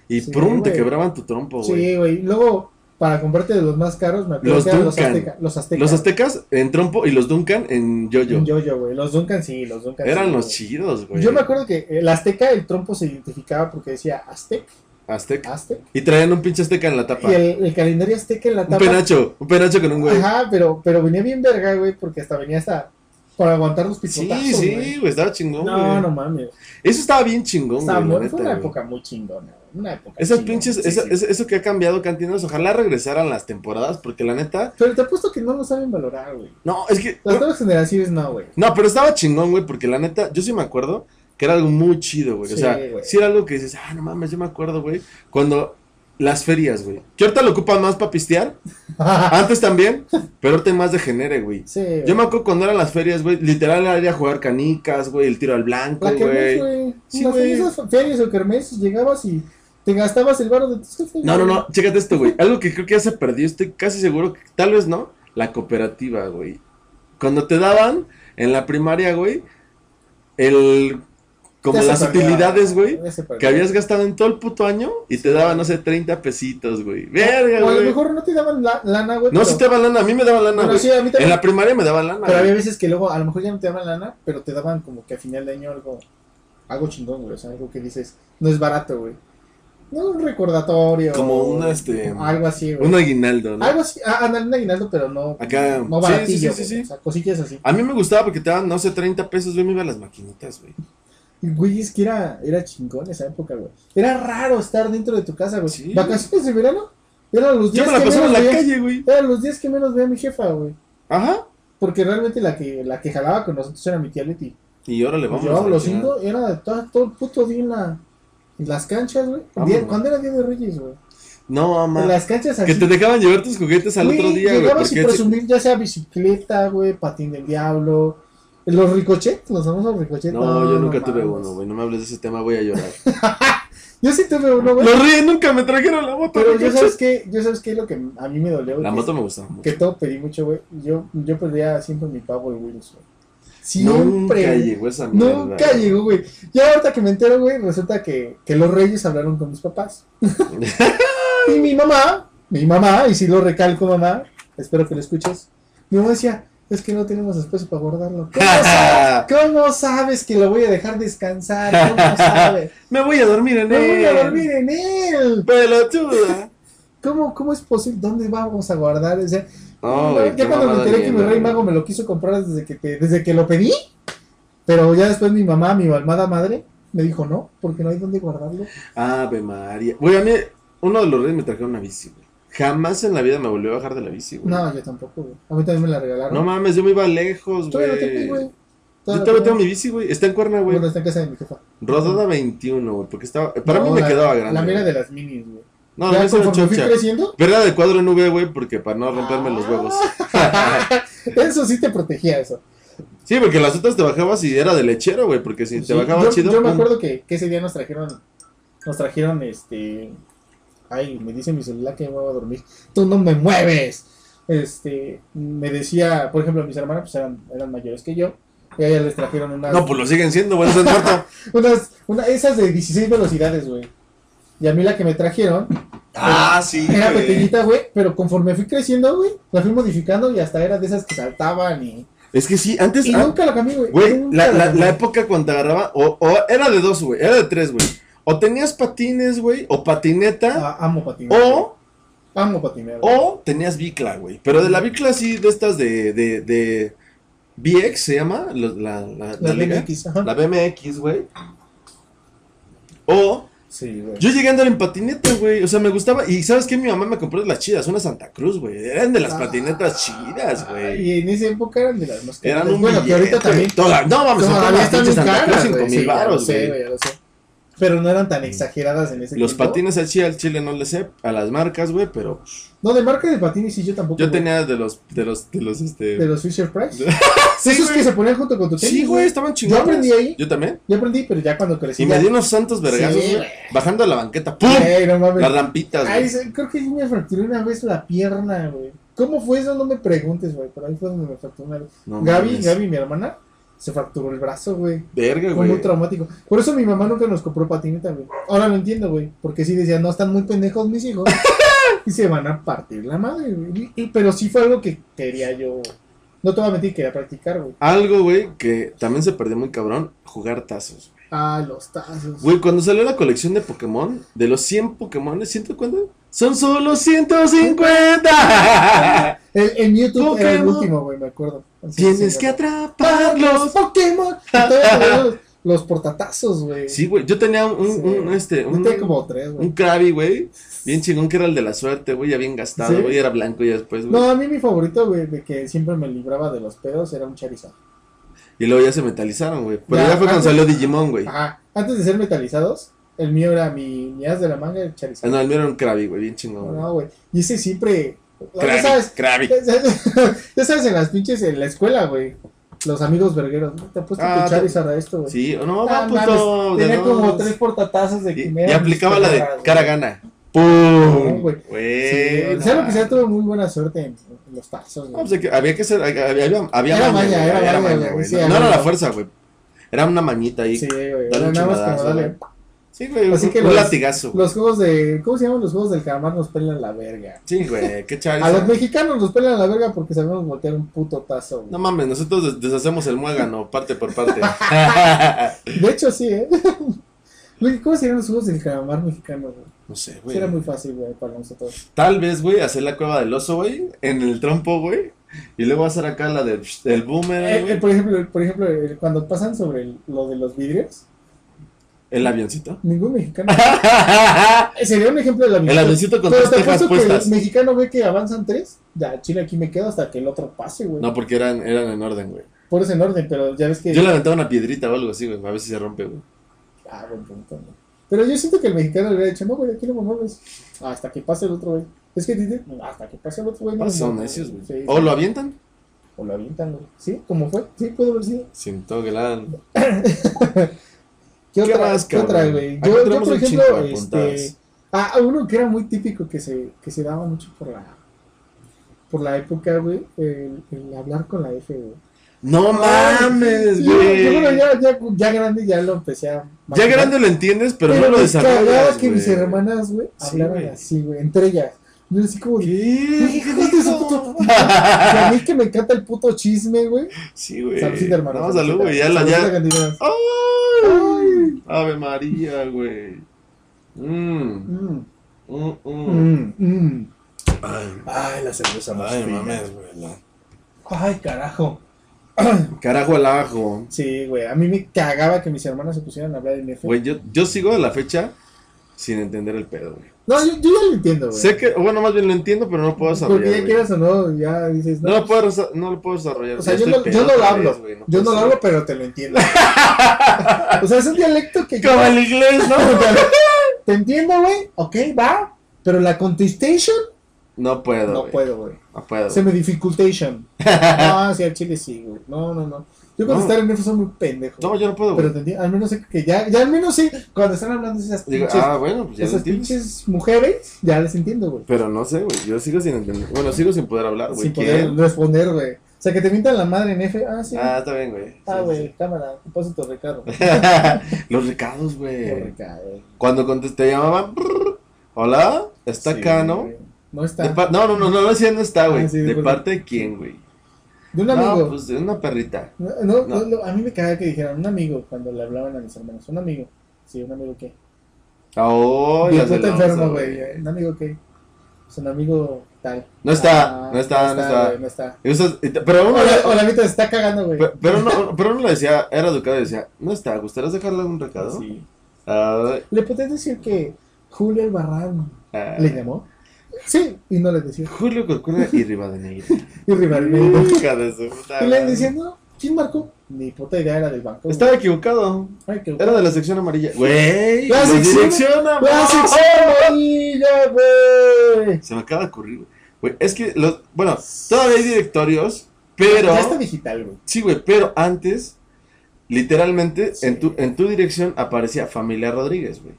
Y Sí, prum, te güey. quebraban tu trompo, güey. Sí, güey. Luego, para comprarte de los más caros, me acuerdo Los que eran los Duncan. aztecas. Los aztecas. Los aztecas en trompo y los Duncan en yoyo. Yo, yo, güey. Los Duncan, sí, los Duncan. Eran sí, los güey. chidos, güey. Yo me acuerdo que el azteca, el trompo se identificaba porque decía aztec, Azteca. aztec. Y traían un pinche azteca en la tapa. Y el, el calendario azteca en la Un tapa. penacho, un penacho con un güey. Ajá, pero, pero venía bien verga, güey, porque hasta venía hasta para aguantar los Sí, picotazos, sí, güey. güey, estaba chingón, güey. No, no mames. Eso estaba bien chingón, Estaba güey. muy- la fue neta, una güey. época muy chingona. güey, Una época Esas chingona, pinches, sí, esa- sí. esa- eso que ha cambiado Cantinas, ojalá regresaran las temporadas, porque la neta, Pero te apuesto que no lo saben valorar, güey. no, es que, Las nuevas generaciones no, güey. <laughs> no, pero estaba chingón, güey, porque la neta, yo sí me acuerdo que era algo muy chido, güey, o Sí, sea, güey. sí era algo que dices, ah, no mames, yo me acuerdo, güey, cuando Las ferias, güey. Que ahorita lo ocupan más para pistear. Antes también, pero ahorita hay más de genere, güey. Sí, güey. Yo me acuerdo cuando eran las ferias, güey. Literal era ir a jugar canicas, güey. El tiro al blanco, La kermés, güey. güey. Sí, Las güey. famosas ferias o kermés, llegabas y te gastabas el barro de tus jefes. No, no, güey. no. Chécate esto, güey. Algo que creo que ya se perdió. Estoy casi seguro que tal vez no. La cooperativa, güey. Cuando te daban en la primaria, güey. El. Como Ya se las perdió, utilidades, güey. ya se perdió. Que habías gastado en todo el puto año y te daban, no sé, 30 pesitos, güey. Verga, O a lo güey. mejor no te daban la- lana, güey. No, pero- si te daban lana, a mí me daban lana, Bueno, güey. sí, a mí En también. la primaria me daban lana, Pero había güey. veces que luego, a lo mejor ya no te daban lana, pero te daban como que a final de año algo, algo chingón, güey. O sea, algo que dices, no es barato, güey. No un recordatorio. Como un una, este, Algo así, güey. Un aguinaldo, ¿no? Algo así, ah, ándale, un aguinaldo, pero no. Acá- No sí, sí, baratillo. sí, sí, güey. sí. O sea, cosillas así. A mí me gustaba porque te daban, no sé, 30 pesos, güey, me iba a las maquinitas, Pues güey. Y, Güey, es que era, era chingón esa época, güey. Era raro estar dentro de tu casa, güey. Sí. Vacaciones de verano. Eran los Yo días me la que pasaba en menos la veía- calle, güey. Eran los días que menos veía a mi jefa, güey. Ajá. Porque realmente la que, la que jalaba con nosotros era mi tía Leti. Y ahora le Nos vamos. llevaba a los chingar. Pues cinco, era de todo, todo el puto día en, la- en las canchas, güey. Vámonos. Día- Cuando era Día de Reyes, güey. No, En mamá. las canchas así. Que te dejaban llevar tus juguetes al Güey, otro día, güey. Llegabas y Porque sí- presumir ya sea bicicleta, güey, patín del diablo. Los ricochet, los famosos ricochet. No, yo nunca tuve mames. uno, güey. No me hables de ese tema, voy <laughs> a llorar. Yo sí tuve uno, güey. Los reyes nunca me trajeron la moto. Pero güey. yo sabes que, yo sabes que lo que a mí me dolió, güey, La que- moto me gustaba mucho. que todo pedí mucho, güey. Yo, yo perdía siempre mi Power Wheels, güey. Nunca Siempre. güey. llegó esa mierda. Nunca <laughs> llegó, güey. Ya ahorita que me entero, güey, resulta que, que los reyes hablaron con mis <laughs> papás. y mi mamá, mi mamá, y si lo recalco, mamá, espero que lo escuches. Mi mamá decía, es que no tenemos espacio para guardarlo. <laughs> ¿Cómo, sa- cómo sabes que lo voy a dejar descansar? ¿Cómo <laughs> sabes? Me voy a dormir en No él. voy a dormir en él. <laughs> Pelotuda. ¿Cómo, cómo es posible? ¿Dónde vamos a guardar? O sea, No, no, güey. qué ya cuando me mamada enteré que mi mierda, rey güey. mago me lo quiso comprar desde que, te- desde que lo pedí, pero ya después mi mamá, mi malmada madre, me dijo no, porque no hay dónde guardarlo. Ave María. Güey, a mí, uno de los reyes me trajeron una bici, güey. Jamás en la vida me volvió a bajar de la bici, güey. No, yo tampoco, güey. A mí también me la regalaron. Pues No mames, yo me iba lejos, güey. Todavía la tengo, güey. Yo la todavía tengo mi bici, güey. Está en cuerna, güey. Bueno, está en casa de mi jefa. Rodada 21, güey. Porque estaba. Para No, mí me la- quedaba grande. La mira güey. de las minis, güey. No, ya no era conforme fui chocha. creciendo, <laughs> Ah. Pero era de cuadro en V, güey, porque para no romperme los huevos. eso sí te protegía eso. Sí, porque las otras te bajabas y era de lechero, güey. Porque si te Pues Sí, bajaba yo, chido. Yo me pum. acuerdo que, que ese día nos trajeron, nos trajeron este. Ay, me dice mi celular que me voy a dormir. Tú no me mueves. Este, me decía, por ejemplo, mis hermanas pues eran, eran mayores que yo. Y a ellas les trajeron unas, No, pues lo siguen siendo, güey. Eso <laughs> es muerto. unas, una, esas de 16 velocidades, güey. Y a mí la que me trajeron ah, sí. era güey. pequeñita, güey, pero conforme fui creciendo, güey, la fui modificando y hasta era de esas que saltaban y, Es que sí, antes. y ah, nunca la cambié, güey. Güey, nunca la, la, cambié. la época cuando agarraba, o, o era de dos, güey, era de tres, güey. O tenías patines, güey, o patineta, Ah, amo patinar. güey. o, amo patinar. güey. o tenías bicla, güey. Pero de la bicla sí, de estas de, de, de BX se llama, lo- la, la, la La liga, BMX, ajá. la BMX, güey. O Sí, güey. yo llegué a andar en patineta, güey. O sea, me gustaba. Y sabes qué? mi mamá me compró de las chidas, una Santa Cruz, güey. Eran de las Ah. patinetas chidas, Ah, güey. Y en esa época eran de las más Eran caras. un Bueno, que ahorita billete. también. Toda- no, pues, vamos, Todavía están bien caras, güey. Sí, mil ya lo baros, sé, güey. güey, ya lo sé. Pero no eran tan exageradas en ese Los tiempo. patines al chile, al chile no le sé a las marcas, güey, pero No, de marca de patines sí, yo tampoco. yo güey. tenía de los, de los, de los, este... De los Fisher Price. <laughs> sí, Esos güey. que se ponían junto con tu tenis. Sí, güey, estaban Yo chingados. aprendí ahí. Yo también. Yo aprendí, pero ya cuando crecí. Y ya- me di unos santos vergazos, Sí, güey, güey. bajando a la banqueta, ¡pum! Güey, no mames. Las rampitas, Ay, güey. sí, creo que sí me fracturé una vez la pierna, güey. ¿Cómo fue eso? No me preguntes, güey. Pero ahí fue donde me fracturé una vez. No Gaby, mames. Gaby, mi hermana, se fracturó el brazo, güey. Verga, Fue güey. muy traumático. Por eso mi mamá nunca nos compró patineta, güey. Ahora lo entiendo, güey. Porque sí decía, no, están muy pendejos mis <laughs> hijos. y se van a partir la madre, güey. Y- y- pero sí fue algo que quería yo. No te voy a mentir, quería practicar, güey. Algo, güey, que también se perdió muy cabrón, jugar tazos. Ah, los tazos. Güey, cuando salió la colección de Pokémon, de los 100 Pokémon, ¿100 cuánto? Son solo 150. <laughs> El, en YouTube era el Pokémon. último, güey, me acuerdo. Así Tienes se que llama. atraparlos. los Pokémon. Y todavía tenía los, los portatazos, güey. Sí, güey. Yo tenía un, un- Sí. un, este, Yo un, tenía como tres, un güey. Krabby, güey. Bien chingón que era el de la suerte, güey. Ya bien gastado, ¿Sí? güey. Era blanco ya después, güey. No, a mí mi favorito, güey, de que siempre me libraba de los pedos era un Charizard. Y luego ya se metalizaron, güey. Pero Ya, ya, fue cuando antes- salió Digimon, güey. Ah, Ajá. Antes de ser metalizados, El mío era mi, mi as de la manga, el Ah, Charizard. no, el mío era un Krabby, güey, bien chingón. güey. No, güey. Y ese siempre. Krabby, Ya sabes. Krabby. Ya sabes, <laughs> ya sabes en las pinches, en la escuela, güey. Los amigos vergueros. ¿no? Te ha puesto Ah, tu te- Charizard a esto, güey. Sí, o no, Ah, va, puto. mames, de Tenía dos. como tres portatazos de Y, quimera. y aplicaba la de Güey. cara gana. No, ¡Pum! güey. Sí, Güey. o sea, no lo que mames. sea, tuvo muy buena suerte en, en los tazos, No, güey. pues, de que había que ser, había, había, había Era maña, güey, era había maña, güey, güey. sí, no había no era la maña. fuerza, güey. Era una mañita ahí. Sí, güey. dale un Nada más chingadazo, como dale. güey. Sí, güey. Así un, que un los- latigazo. Los juegos de. ¿Cómo se llaman los juegos del calamar? Nos pelan la verga. Sí, güey. A Qué los chaval. mexicanos nos pelan la verga porque sabemos voltear un puto tazo. güey. No mames, nosotros des- deshacemos el muégano parte por parte. <laughs> De hecho, sí, ¿eh? <laughs> Güey, ¿Cómo serían los juegos del calamar mexicano? güey? no sé, Sí, güey. era muy fácil, güey, para nosotros. Tal vez, güey, hacer la cueva del oso, güey, en el trompo, güey. Y luego hacer acá la del el boomerang, Eh, eh, güey. por ejemplo, por ejemplo eh, cuando pasan sobre el- lo de los vidrios, El avioncito. ningún <laughs> mexicano. Eh, Sería un ejemplo de la el avioncito con Pero tres te tejas apuesto que el puestas. mexicano ve que avanzan tres. Ya, Chile, aquí me quedo hasta que el otro pase, güey. No, porque eran, eran en orden, güey. Por eso en orden, pero ya ves que. Yo le aventaba una piedrita o algo así, güey. A ver si se rompe, güey. Ah, buen punto, güey. Pero yo siento que el mexicano le hubiera dicho, no, güey, aquí no me mueves. Ah, Hasta que pase el otro, güey. Es que dice, hasta que pase el otro, güey. no Ah, me Son mueves, necios, güey. Sí, sí. ¿O lo avientan? O lo avientan, güey. ¿Sí? ¿Cómo fue? Sí, puede haber sido. Sin toque, la... ¿Qué, ¿Qué otra, más, ¿Qué otra, cabrón? güey? Aquí Yo, yo, tenemos por un chingo ejemplo, de este. puntadas. Ah, uno que era muy típico que se, que se daba mucho por la. Por la época, güey. El, el hablar con la F, güey. ¡No mames, Sí, Yo, bueno, güey! ya, ya, ya grande ya lo empecé a. Ya maquinar. grande lo entiendes, pero no lo me cagaba desarrollas, que mis güey. hermanas, güey, Sí, hablaran güey. así, güey, entre ellas. Yo así como, de, ¿Qué? Hijo de su <laughs> puta- y a mí que me encanta el puto chisme, güey. Sí, güey. Saludcita, hermano. No, saludcita. salud, güey. Ya la... Saludcita, Ya... cantinas. ¡Ay! Ave María, güey. Mmm. Mm, Mmm. Mmm. mm, mm. Ay, Ay, la cerveza más ay, fina. mames, güey. la- Ay, carajo. Carajo al ajo. Sí, güey, a mí me cagaba que mis hermanas se pusieran a hablar en F. Güey, yo, yo sigo a la fecha sin entender el pedo, güey. No, yo, yo ya lo entiendo, güey. Sé que, bueno, más bien lo entiendo, pero no lo puedo desarrollar. Porque ya güey. quieras o no, ya dices, No lo puedo, resa- no lo puedo desarrollar. O sea, ya yo estoy no, pedo yo no lo otra hablo. vez, güey, yo no puedo lo hablo, pero te lo entiendo. <laughs> o sea, es un dialecto que <laughs> ser- Como el inglés, ¿no? te entiendo, güey. Ok, va. Pero la contestation No puedo. no güey, puedo, güey. No puedo. Se me <laughs> dificultation. No, sí, al chile sí, güey. No, no, no. Yo contestar en F soy muy pendejo. No, yo no puedo. pero güey. te entiendo. Al menos sé que ya, ya al menos sé cuando están hablando de esas Digo, pinches, ah, bueno, pues ya lo esas entiendes. pinches mujeres, ya les entiendo, güey. Pero no sé, güey. Yo sigo sin entender. Bueno, sigo sin poder hablar, Ah, güey. Sin ¿Quién? poder responder, güey. O sea, que te mientan la madre en F. Ah, sí. Ah, está bien, güey. Sí, Ah, sí, güey, cámara, paso tu <laughs> recargo. sí. Los recados, güey. Cuando contesté, llamaban. brr, Hola, está acá, ¿no? No De está. pa- no, no, no, no, no, sí, no está, güey. Ah, sí, ¿De disculpe. parte de quién, güey? De un No, amigo. pues de una perrita. No, no, No. no, a mí me cagaba que dijeran un amigo cuando le hablaban a mis hermanos. Un amigo. Sí, un amigo qué. Oh, Yo las te del Oxxo, enfermo, güey. Un amigo qué. Pues un amigo tal. No está, no está, no está. güey, No está. Y usas- y te- pero O uno, la- o la mitad se está cagando, güey. pe- pero uno- pero uno le decía, era educado y decía, no está, ¿gustarás dejarle algún recado? Sí. Ah, ¿Le podés decir que Julio Barran ah, le llamó? Sí, y no le decía. Julio Corcuera <laughs> y Rivadeneira. Y Rivaldo. Hija de su puta Y le madre. decía, no, ¿quién marcó? Ni puta idea era del banco. güey. Estaba equivocado. Ay, qué Era de la sección amarilla. Güey, La la sección- sección ¡La amarilla. sección amarilla, güey! Se me acaba de ocurrir. güey. Güey, es que los, bueno, todavía hay directorios, pero Ya está digital, güey. Sí, güey, pero antes, literalmente, Sí. en, tu, en tu dirección aparecía Familia Rodríguez, güey.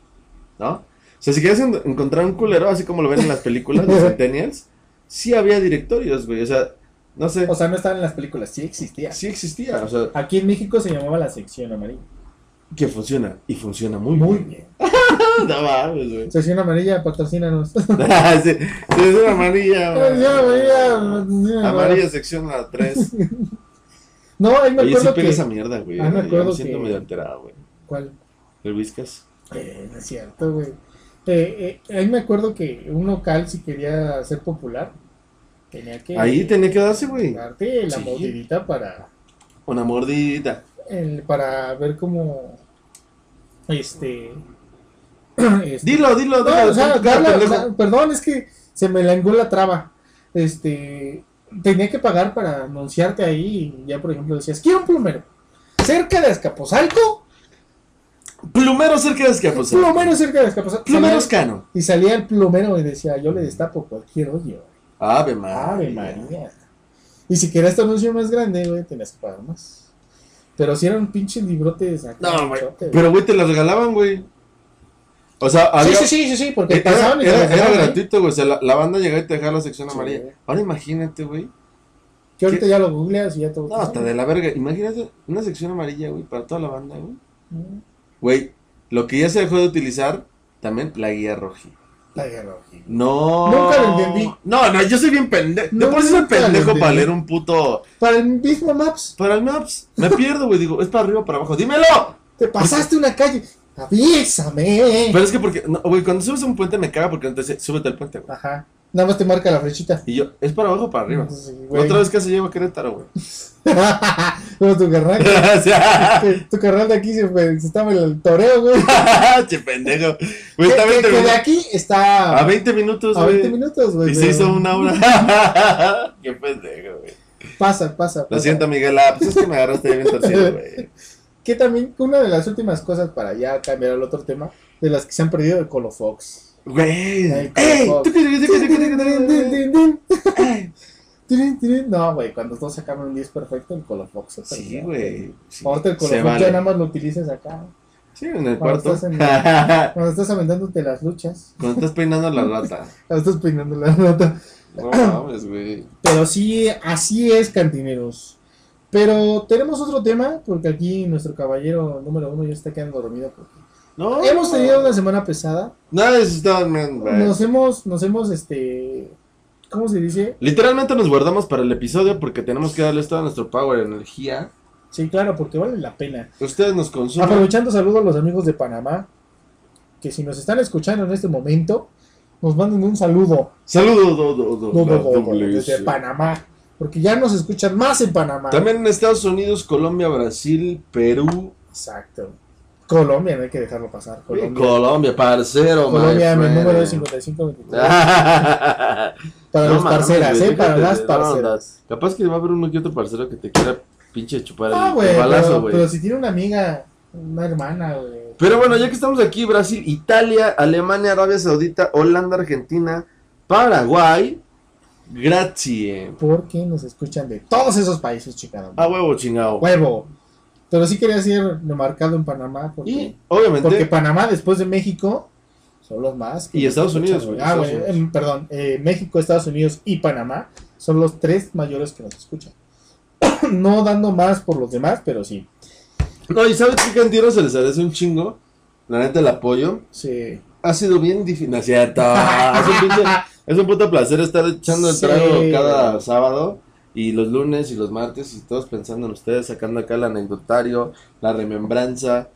¿No? O sea, si querías en- encontrar un culero, así como lo ven en las <laughs> películas de Centennials, sí había directorios, güey. O sea, no sé, O sea, no estaba en las películas, sí existía. sí existía. O sea, Aquí en México se llamaba la sección amarilla. que funciona. Y funciona muy, Muy bien. <laughs> bien. No mames, güey. <laughs> Ah, Sección amarilla, patrocínanos. sí, sí, es una amarilla. <laughs> güey. Sección amarilla, patrocínanos. Ah. Amarilla sección <laughs> a 3. No, ahí me Oye, sí acuerdo pega que. esa mierda, güey. ¿eh? Ah, me Yo acuerdo siento que- medio alterado, güey. ¿Cuál? El Whiskas. Eh, no es cierto, güey. Eh, eh, ahí me acuerdo que un local, si quería ser popular, tenía que. Ahí tenía que darse, güey. Darte la Sí. mordidita para. Una mordida. el- para ver cómo. Este. <clears throat> este Dilo, dilo, dilo. No, o sea, pon tu cara, darla- pendejo. da- perdón, es que se me langó la traba. Este, tenía que pagar para anunciarte ahí. Y ya, por ejemplo, decías, quiero un plumero. Cerca de Azcapotzalco, Plumero cerca de Escaposalco. Plumero cerca de Escaposalco. Pues, Plumero Salía- Cano. Y salía el plumero y decía, yo le destapo cualquier hoyo. Ave María. Ave María. Y si querías tu anuncio más grande, güey, tenías que pagar más. Pero si eran pinches librotes acá. No, güey. chote, güey. Pero, güey, te las regalaban, güey. O sea, había... Sí, sí, sí, sí, sí, porque Era, pasaban y te era- era regalaban, ¿eh? gratuito, güey. O sea, la, la banda llegaba y te dejaba la sección Sí. amarilla. Ahora imagínate, güey. Que ahorita ya lo googleas y ya todo. No, hasta de la verga. Imagínate una sección amarilla, güey, para toda la banda, güey. Mm, Güey, lo que ya se dejó de utilizar, también la guía roji. La guerra, güey. No. Nunca lo entendí. No, no, yo soy bien pendejo. No, de por sí soy nunca lo pendejo para entendí. leer un puto. Para el mismo Maps, Para el maps. Me pierdo, güey. Digo, es para arriba o para abajo. ¡Dímelo! te pasaste una calle. Avísame. Pero es que porque. no, Güey, cuando subes a un puente me caga porque no te dice, súbete al puente, güey. Ajá. Nada más te marca la flechita. Y yo, ¿es para abajo o para arriba? Sí, güey. <laughs> Otra vez que se lleva a Querétaro, güey. Como tu carnal. o sea, que tu carnal de aquí se, fue- se estaba en el toreo, güey. che pendejo. Que, Güey, está que- 20 que de minutos. aquí está A 20 minutos, a 20 güey. minutos, güey. Y se pero- hizo una hora. Qué pendejo, güey. Pasa, pasa. Lo pasa. siento, Miguel. Ah, pues es que me agarraste bien torcido, güey. Que también una de las últimas cosas para ya cambiar al otro tema, de las que se han perdido de Colo Fox. Güey. Ay, ¡Ey! por favor. Tuki, tuki, tuki, tuki, tuki, tuki. <laughs> Tirin, tirin. No, güey, cuando todos sacan un 10 perfecto, el Colo Fox. se Sí, perdió. güey. Sí, Ahorita el Colo se Fox vale. ya nada más lo utilizas acá. Sí, en Cuando el cuarto. estás en- Cuando Cuando estás aventándote las luchas, estás peinando la rata. cuando estás peinando la nota. <coughs> No mames, güey. Pero sí, así es, cantineros. Pero tenemos otro tema, porque aquí nuestro caballero número uno ya está quedando dormido. porque No. Hemos tenido una semana pesada. Nada de eso, man, güey. Nos hemos, nos hemos, este, ¿cómo se dice? Literalmente nos guardamos para el episodio porque tenemos que darles todo nuestro power, energía. Sí, claro, porque vale la pena. Ustedes nos consumen. Aprovechando, saludo a los amigos de Panamá, que si nos están escuchando en este momento, nos manden un saludo Saludos, do, do, do, no, la no, no, WC. desde Panamá, porque ya nos escuchan más en Panamá. También en Estados Unidos, Colombia, Brasil, Perú, Exacto. Colombia, no hay que dejarlo pasar. Colombia, Colombia, parcero, my Colombia mi friend. número <laughs> es 5523. Para Ah, No las mames, parceras, güey, ¿eh? Para déjate las de parceras. ondas. Capaz que va a haber uno que otro parcero que te quiera pinche chupar el, Ah, el güey, balazo, pero, güey. pero Pero, si tiene una amiga, una hermana, güey. bueno, ya que estamos aquí, Brasil, Italia, Alemania, Arabia Saudita, Holanda, Argentina, Paraguay, grazie. Porque nos escuchan de todos esos países, chicano. A huevo, chingado. Huevo. Pero sí quería ser remarcado en Panamá, porque, Y, porque obviamente, Panamá, después de México, son los más. que Y nos Estados escuchan, Unidos, güey, Ah, Estados güey, Unidos. em, perdón, eh, México, Estados Unidos y Panamá son los tres mayores que nos escuchan. <clears throat> no dando más por los demás, pero sí. no, y ¿sabes qué cantero se les agradece un chingo? La neta, el apoyo. Sí. Ha sido bien difícil, ¿no es cierto? Es un pinche- Es un puto placer estar echando el Sí. trago cada sábado y los lunes y los martes y todos pensando en ustedes, sacando acá el anecdotario, la remembranza.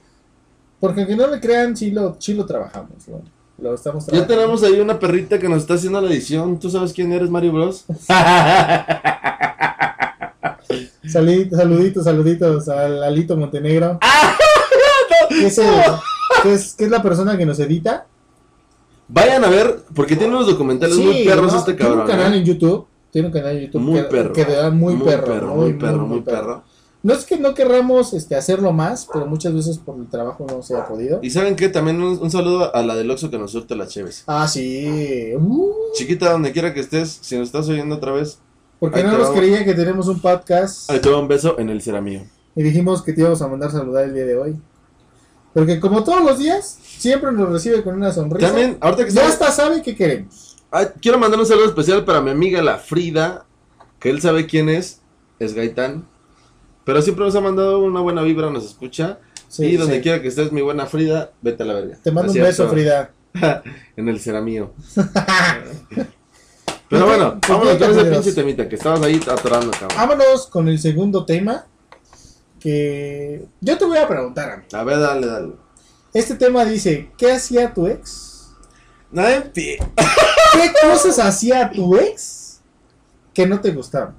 Porque aunque no le crean, sí lo, sí lo trabajamos. Lo, lo estamos Ya trabajando. tenemos ahí una perrita que nos está haciendo la edición. ¿Tú sabes quién eres, Mario Bros? <laughs> Salid- saluditos, saluditos al Alito <laughs> Montenegro. Ah, que, es el- que es, que es la persona que nos edita. Vayan a ver, porque tiene unos documentales muy perros ¿no? este Tiene cabrón. un canal ¿eh? en YouTube. Tiene un canal en YouTube Muy que, perro. que de verdad muy, perro, muy perro, muy perro. No es que no querramos este, hacerlo más, pero muchas veces por el trabajo no se ha podido. Y saben qué, también un, un saludo a la del Oxxo que nos suelta las cheves. Ah, sí. Uh, Chiquita, donde quiera que estés, si nos estás oyendo otra vez, porque Ahí no te nos va. creía que tenemos un podcast. ahí te va un beso en el será mío. Y dijimos que te íbamos a mandar saludar el día de hoy. Porque como todos los días, siempre nos recibe con una sonrisa. También, ahorita que ya estamos- hasta sabe qué queremos. Ah, quiero mandar un saludo especial para mi amiga la Frida, que él sabe quién es, es Gaitán. Pero siempre nos ha mandado una buena vibra, nos escucha. Sí, y donde sí. quiera que estés, mi buena Frida, vete a la verga. Te mando Así un beso, es, Frida. En el <laughs> será mío. Pero bueno, Pues, vámonos con ese compañeros. pinche temita que estabas ahí atorando, cabrón. Vámonos con el segundo tema. Que yo te voy a preguntar, amigo. A ver, dale, dale. Este tema dice, ¿qué hacía tu ex? Nada, pi- ¿Qué cosas hacía tu ex que no te gustaban?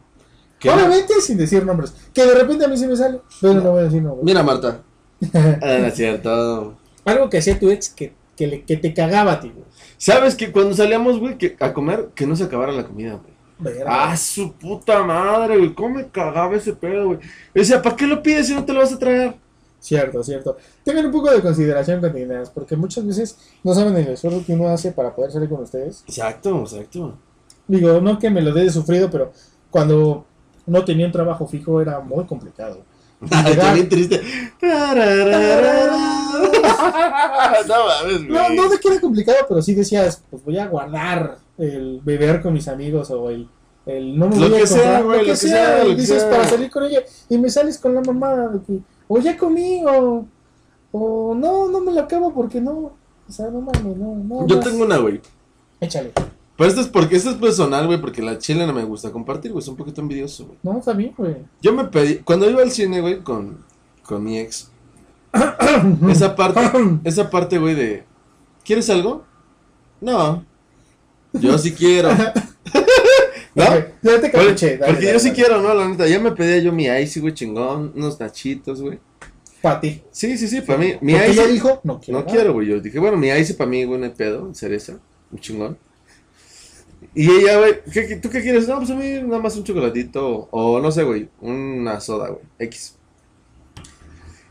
que- Obviamente sin decir nombres. Que de repente a mí se me sale, pero no, voy a decir nombres. Mira, <laughs> Marta. Ah, no es cierto. Algo que hacía tu ex que, que, le- que te cagaba, tío. ¿Sabes que cuando salíamos, güey, que- a comer, que no se acabara la comida, güey? Verga. Ah, su puta madre, güey. ¿Cómo me cagaba ese pedo, güey? O sea, ¿para qué lo pides si no te lo vas a traer? Cierto, cierto. Tengan un poco de consideración con Tinder, porque muchas veces no saben el esfuerzo que uno hace para poder salir con ustedes. Exacto, exacto. Digo, no que me lo dé sufrido, pero cuando no tenía un trabajo fijo era muy <laughs> complicado. <laughs> Ay, está <laughs> bien triste. <laughs> no mames, No, güey. no de que era complicado, pero sí decías, pues voy a guardar el beber con mis amigos o el, el no me Lo voy a que sea, comprar, güey, lo que sea, lo y que dices sea. para salir con ella y me sales con la mamada de que o ya comí o, o no, no me la acabo porque no, o sea, no mames, no, no. Yo no. tengo una, güey. Échale. Pero esto es porque esto es personal, güey, porque la chile no me gusta compartir, güey. Es un poquito envidioso, güey. No, está bien, güey. Yo me pedí, cuando iba al cine, güey, con, con <coughs> mi ex, esa parte, esa parte, güey, de, ¿quieres algo? No, yo sí <laughs> quiero, ¿no? Ok, Ya te Porque, capuché. porque yo sí quiero, ¿no? La neta, ya me pedía yo mi icy, güey, chingón, unos nachitos, güey. Para ti. Sí, sí, sí, para mí, mi Porque icy, ella dijo, no quiero. no nada. quiero, güey, yo dije, bueno, mi icy para mí, güey, no hay pedo, cereza, un chingón. Y ella, güey, ¿qué- qué- ¿tú qué quieres? No, pues a mí nada más un chocolatito o, o no sé, güey, una soda, güey, X.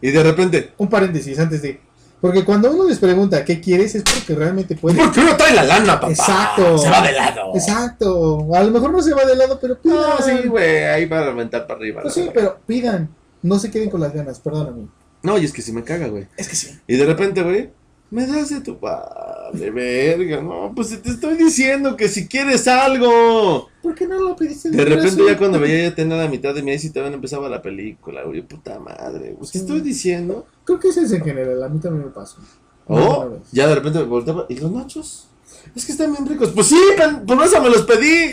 Y de repente, Un paréntesis antes de. Porque cuando uno les pregunta qué quieres es porque realmente puede. Porque uno trae la lana, papá. Exacto. Se va de lado. Exacto. A lo mejor no se va de lado, pero pidan. No, sí, güey, ahí para aumentar para arriba. Pues la sí, verga. pero pidan. No se queden con las ganas, perdóname. No, y es que si me caga, güey. Es que sí. Y de repente, güey, me das de tu padre, verga. No, pues te estoy diciendo que si quieres algo. ¿Por qué no lo pediste De repente brazo? ya cuando veía ya tenía la mitad de mi y todavía no empezaba la película, güey. Puta madre, güey. Sí. ¿Qué estoy diciendo? Creo que ese es en general, a mí también me pasó. Oh, Una vez. ya de repente me volteaba. ¿Y los nachos? Es que están bien ricos. Pues sí, pen- por eso me los pedí.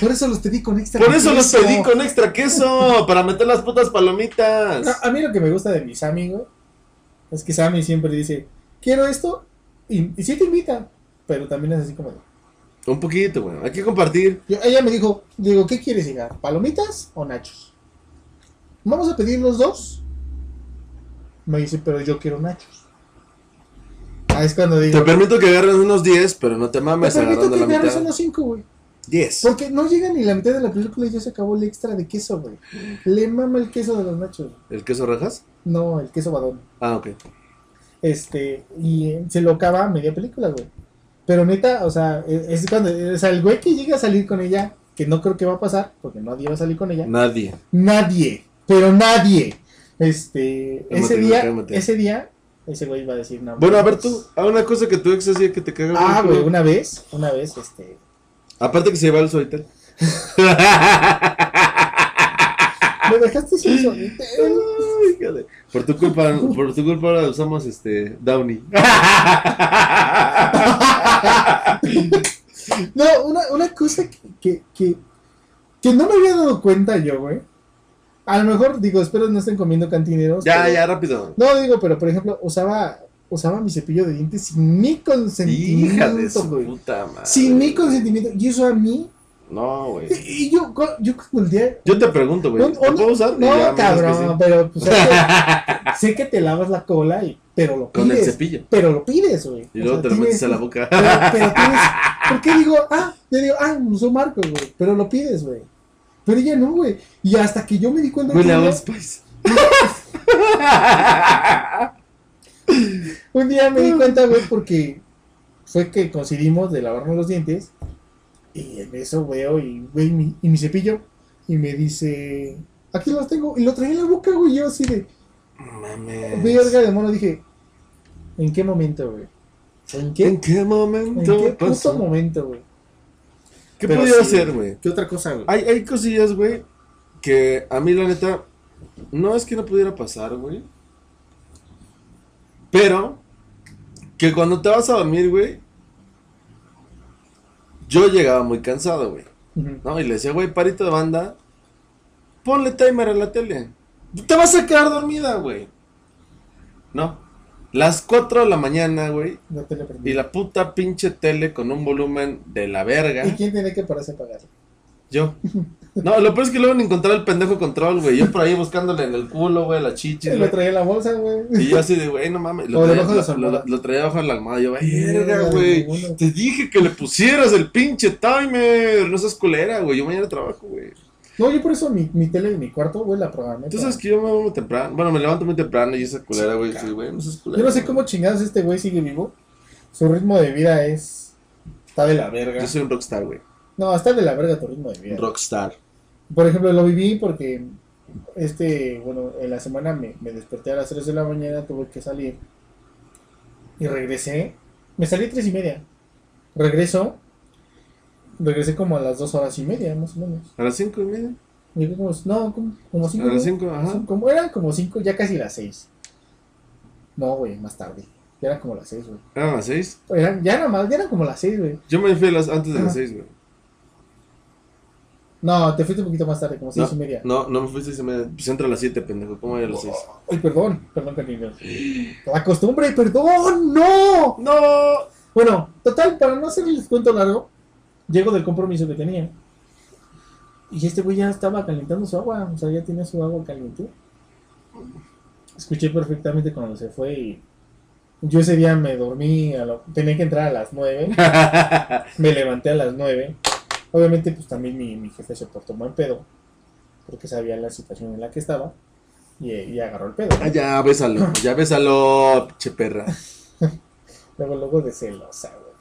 Por eso los pedí con extra. Por eso los queso. pedí con extra queso, para meter las putas No, palomitas. a mí lo que me gusta de mi Sammy, güey, es que Sammy siempre dice, quiero esto, y, y sí te invita, pero también es así como de- Un poquito, güey. Hay que compartir. Yo- ella me dijo, digo, ¿qué quieres llegar? ¿Palomitas o nachos? Vamos a pedir los dos. Me dice, pero yo quiero nachos. Ah, es cuando Te digo, permito que agarres unos 10, pero no te me mames permito agarrando que la agarres mitad. unos cinco, güey. 10. Porque no llega ni la mitad de la película y ya se acabó el extra de queso, güey. Le mama el queso de los nachos. ¿El queso rajas? No, el queso badón. Ah, ok. Este, y eh, se lo acaba a media película, güey. Pero neta, o sea, e, es es cuando, o sea, el güey que llega a salir con ella, que no creo que va a pasar, porque nadie va a salir con ella. Nadie. nadie, pero nadie. Este, Cálmate, ese güey, día, cálmate. ese día, ese güey iba a decir no. Bueno, a ver pues, tú. A una cosa que tu ex hacía que te cagaba. Ah, güey, una vez, una vez, este. Aparte que se llevaba <laughs> el solitario. Me dejaste sin solitario. Ay, joder. Por tu culpa, por tu culpa ahora usamos este Downey. <laughs> No, una, una cosa que, que, que, que no me había dado cuenta yo, güey. A lo mejor, digo, espero no estén comiendo cantineros. ya, pero- ya, rápido. No, digo, pero por ejemplo, usaba, usaba mi cepillo de dientes sin mi Hija de consentimiento, su güey. puta madre. Sin mi consentimiento. Y eso a mí. No, güey. Y, y yo, cu- yo cuando el día Yo te pregunto, güey. Un- ¿Lo un- puedo usar? Y No, ya me dices que cabrón, sí. pero pues, sé, <laughs> que, sé que te lavas la cola, y, pero lo Con el pides. cepillo. Pero lo pides, güey. Y O luego sea, te lo metes tienes- a la boca. <laughs> Pero, pero <laughs> tienes. ¿Por qué digo, ah, yo digo, ah, me usó Marco, güey? Pero lo pides, güey. Pero ella no, güey. Y hasta que yo me di cuenta Huele que a un Old día, Spice. un día me di Ah. cuenta, güey, porque fue que coincidimos de lavarnos los dientes. Y en eso veo, y, güey, mi, y mi cepillo. Y me dice, aquí los tengo. Y lo traía en la boca, güey. Yo así de, Verga Mames. de mono, dije, ¿en qué momento, güey? ¿En qué, ¿En qué en momento qué puto pasó? momento, güey? ¿Qué Pero podía sí, hacer, güey? ¿Qué otra cosa, güey? Hay, hay cosillas, güey, que a mí la neta, no es que no pudiera pasar, güey. Pero, que cuando te vas a dormir, güey, yo llegaba muy cansado, güey. Ujú. No, y le decía, güey, parito de banda, ponle timer a la tele. Te vas a quedar dormida, güey. No. Las 4 de la mañana, güey. No te lo Y prendí. la puta pinche tele con un volumen de la verga. ¿Y quién tiene que pararse a pagar? Yo. No, lo peor es que luego ni encontrar el pendejo control, güey. Yo por ahí buscándole en el culo, güey, la chichi, lo güey. traía en la bolsa, güey. Y yo así de, güey, no mames. Lo O traía, debajo de la lo- lo- almohada. lo traía bajo de la almohada. Yo, verga, Mierda, güey. ninguno. Te dije que le pusieras el pinche timer. No seas culera, güey. Yo mañana trabajo, güey. No, yo por eso mi, mi tele de mi cuarto huele a probar. Tú sabes que yo me duermo temprano. Bueno, me levanto muy temprano y esa culera, güey. Chica. sí, güey, no seas culera. Yo no sé güey. cómo chingados este güey sigue vivo. Su ritmo de vida es. Está de la verga. Yo soy un rockstar, güey. No, está de la verga tu ritmo de Un vida. rockstar. Por ejemplo, lo viví porque. Este, bueno, en la semana me, me desperté a las 3 de la mañana, tuve que salir. Y regresé. Me salí a 3 y media. Regreso. Regresé como a las 2 horas y media, más o menos. A las cinco y media. Llegué como, no, como, como cinco. A las ¿no? cinco, ajá. Son Como, eran como cinco, ya casi las seis. No, güey, más tarde. Ya eran como las seis, güey. Eran Ah, las seis. Eran, ya eran más, ya eran como las seis, güey. Yo me fui a las- antes de Ajá. las seis, güey. No, te fuiste un poquito más tarde, como seis y media. No, no me fui a seis y media. Pues entra a las siete, pendejo. ¿Cómo voy a las seis? Ay, perdón, perdón, Canino. La costumbre, perdón, no. ¡No! Bueno, total, para no hacer el cuento largo, llego del compromiso que tenía. Y este güey ya estaba calentando su agua, o sea, ya tenía su agua caliente. Escuché perfectamente cuando se fue y yo ese día me dormí, a lo- tenía que entrar a las 9, me levanté a las 9. Obviamente, pues también mi, mi jefe se portó buen pedo, porque sabía la situación en la que estaba y, y agarró el pedo. ¿no? Ah, ya, bésalo. Ya, bésalo, che perra. Luego, luego de celosa, güey.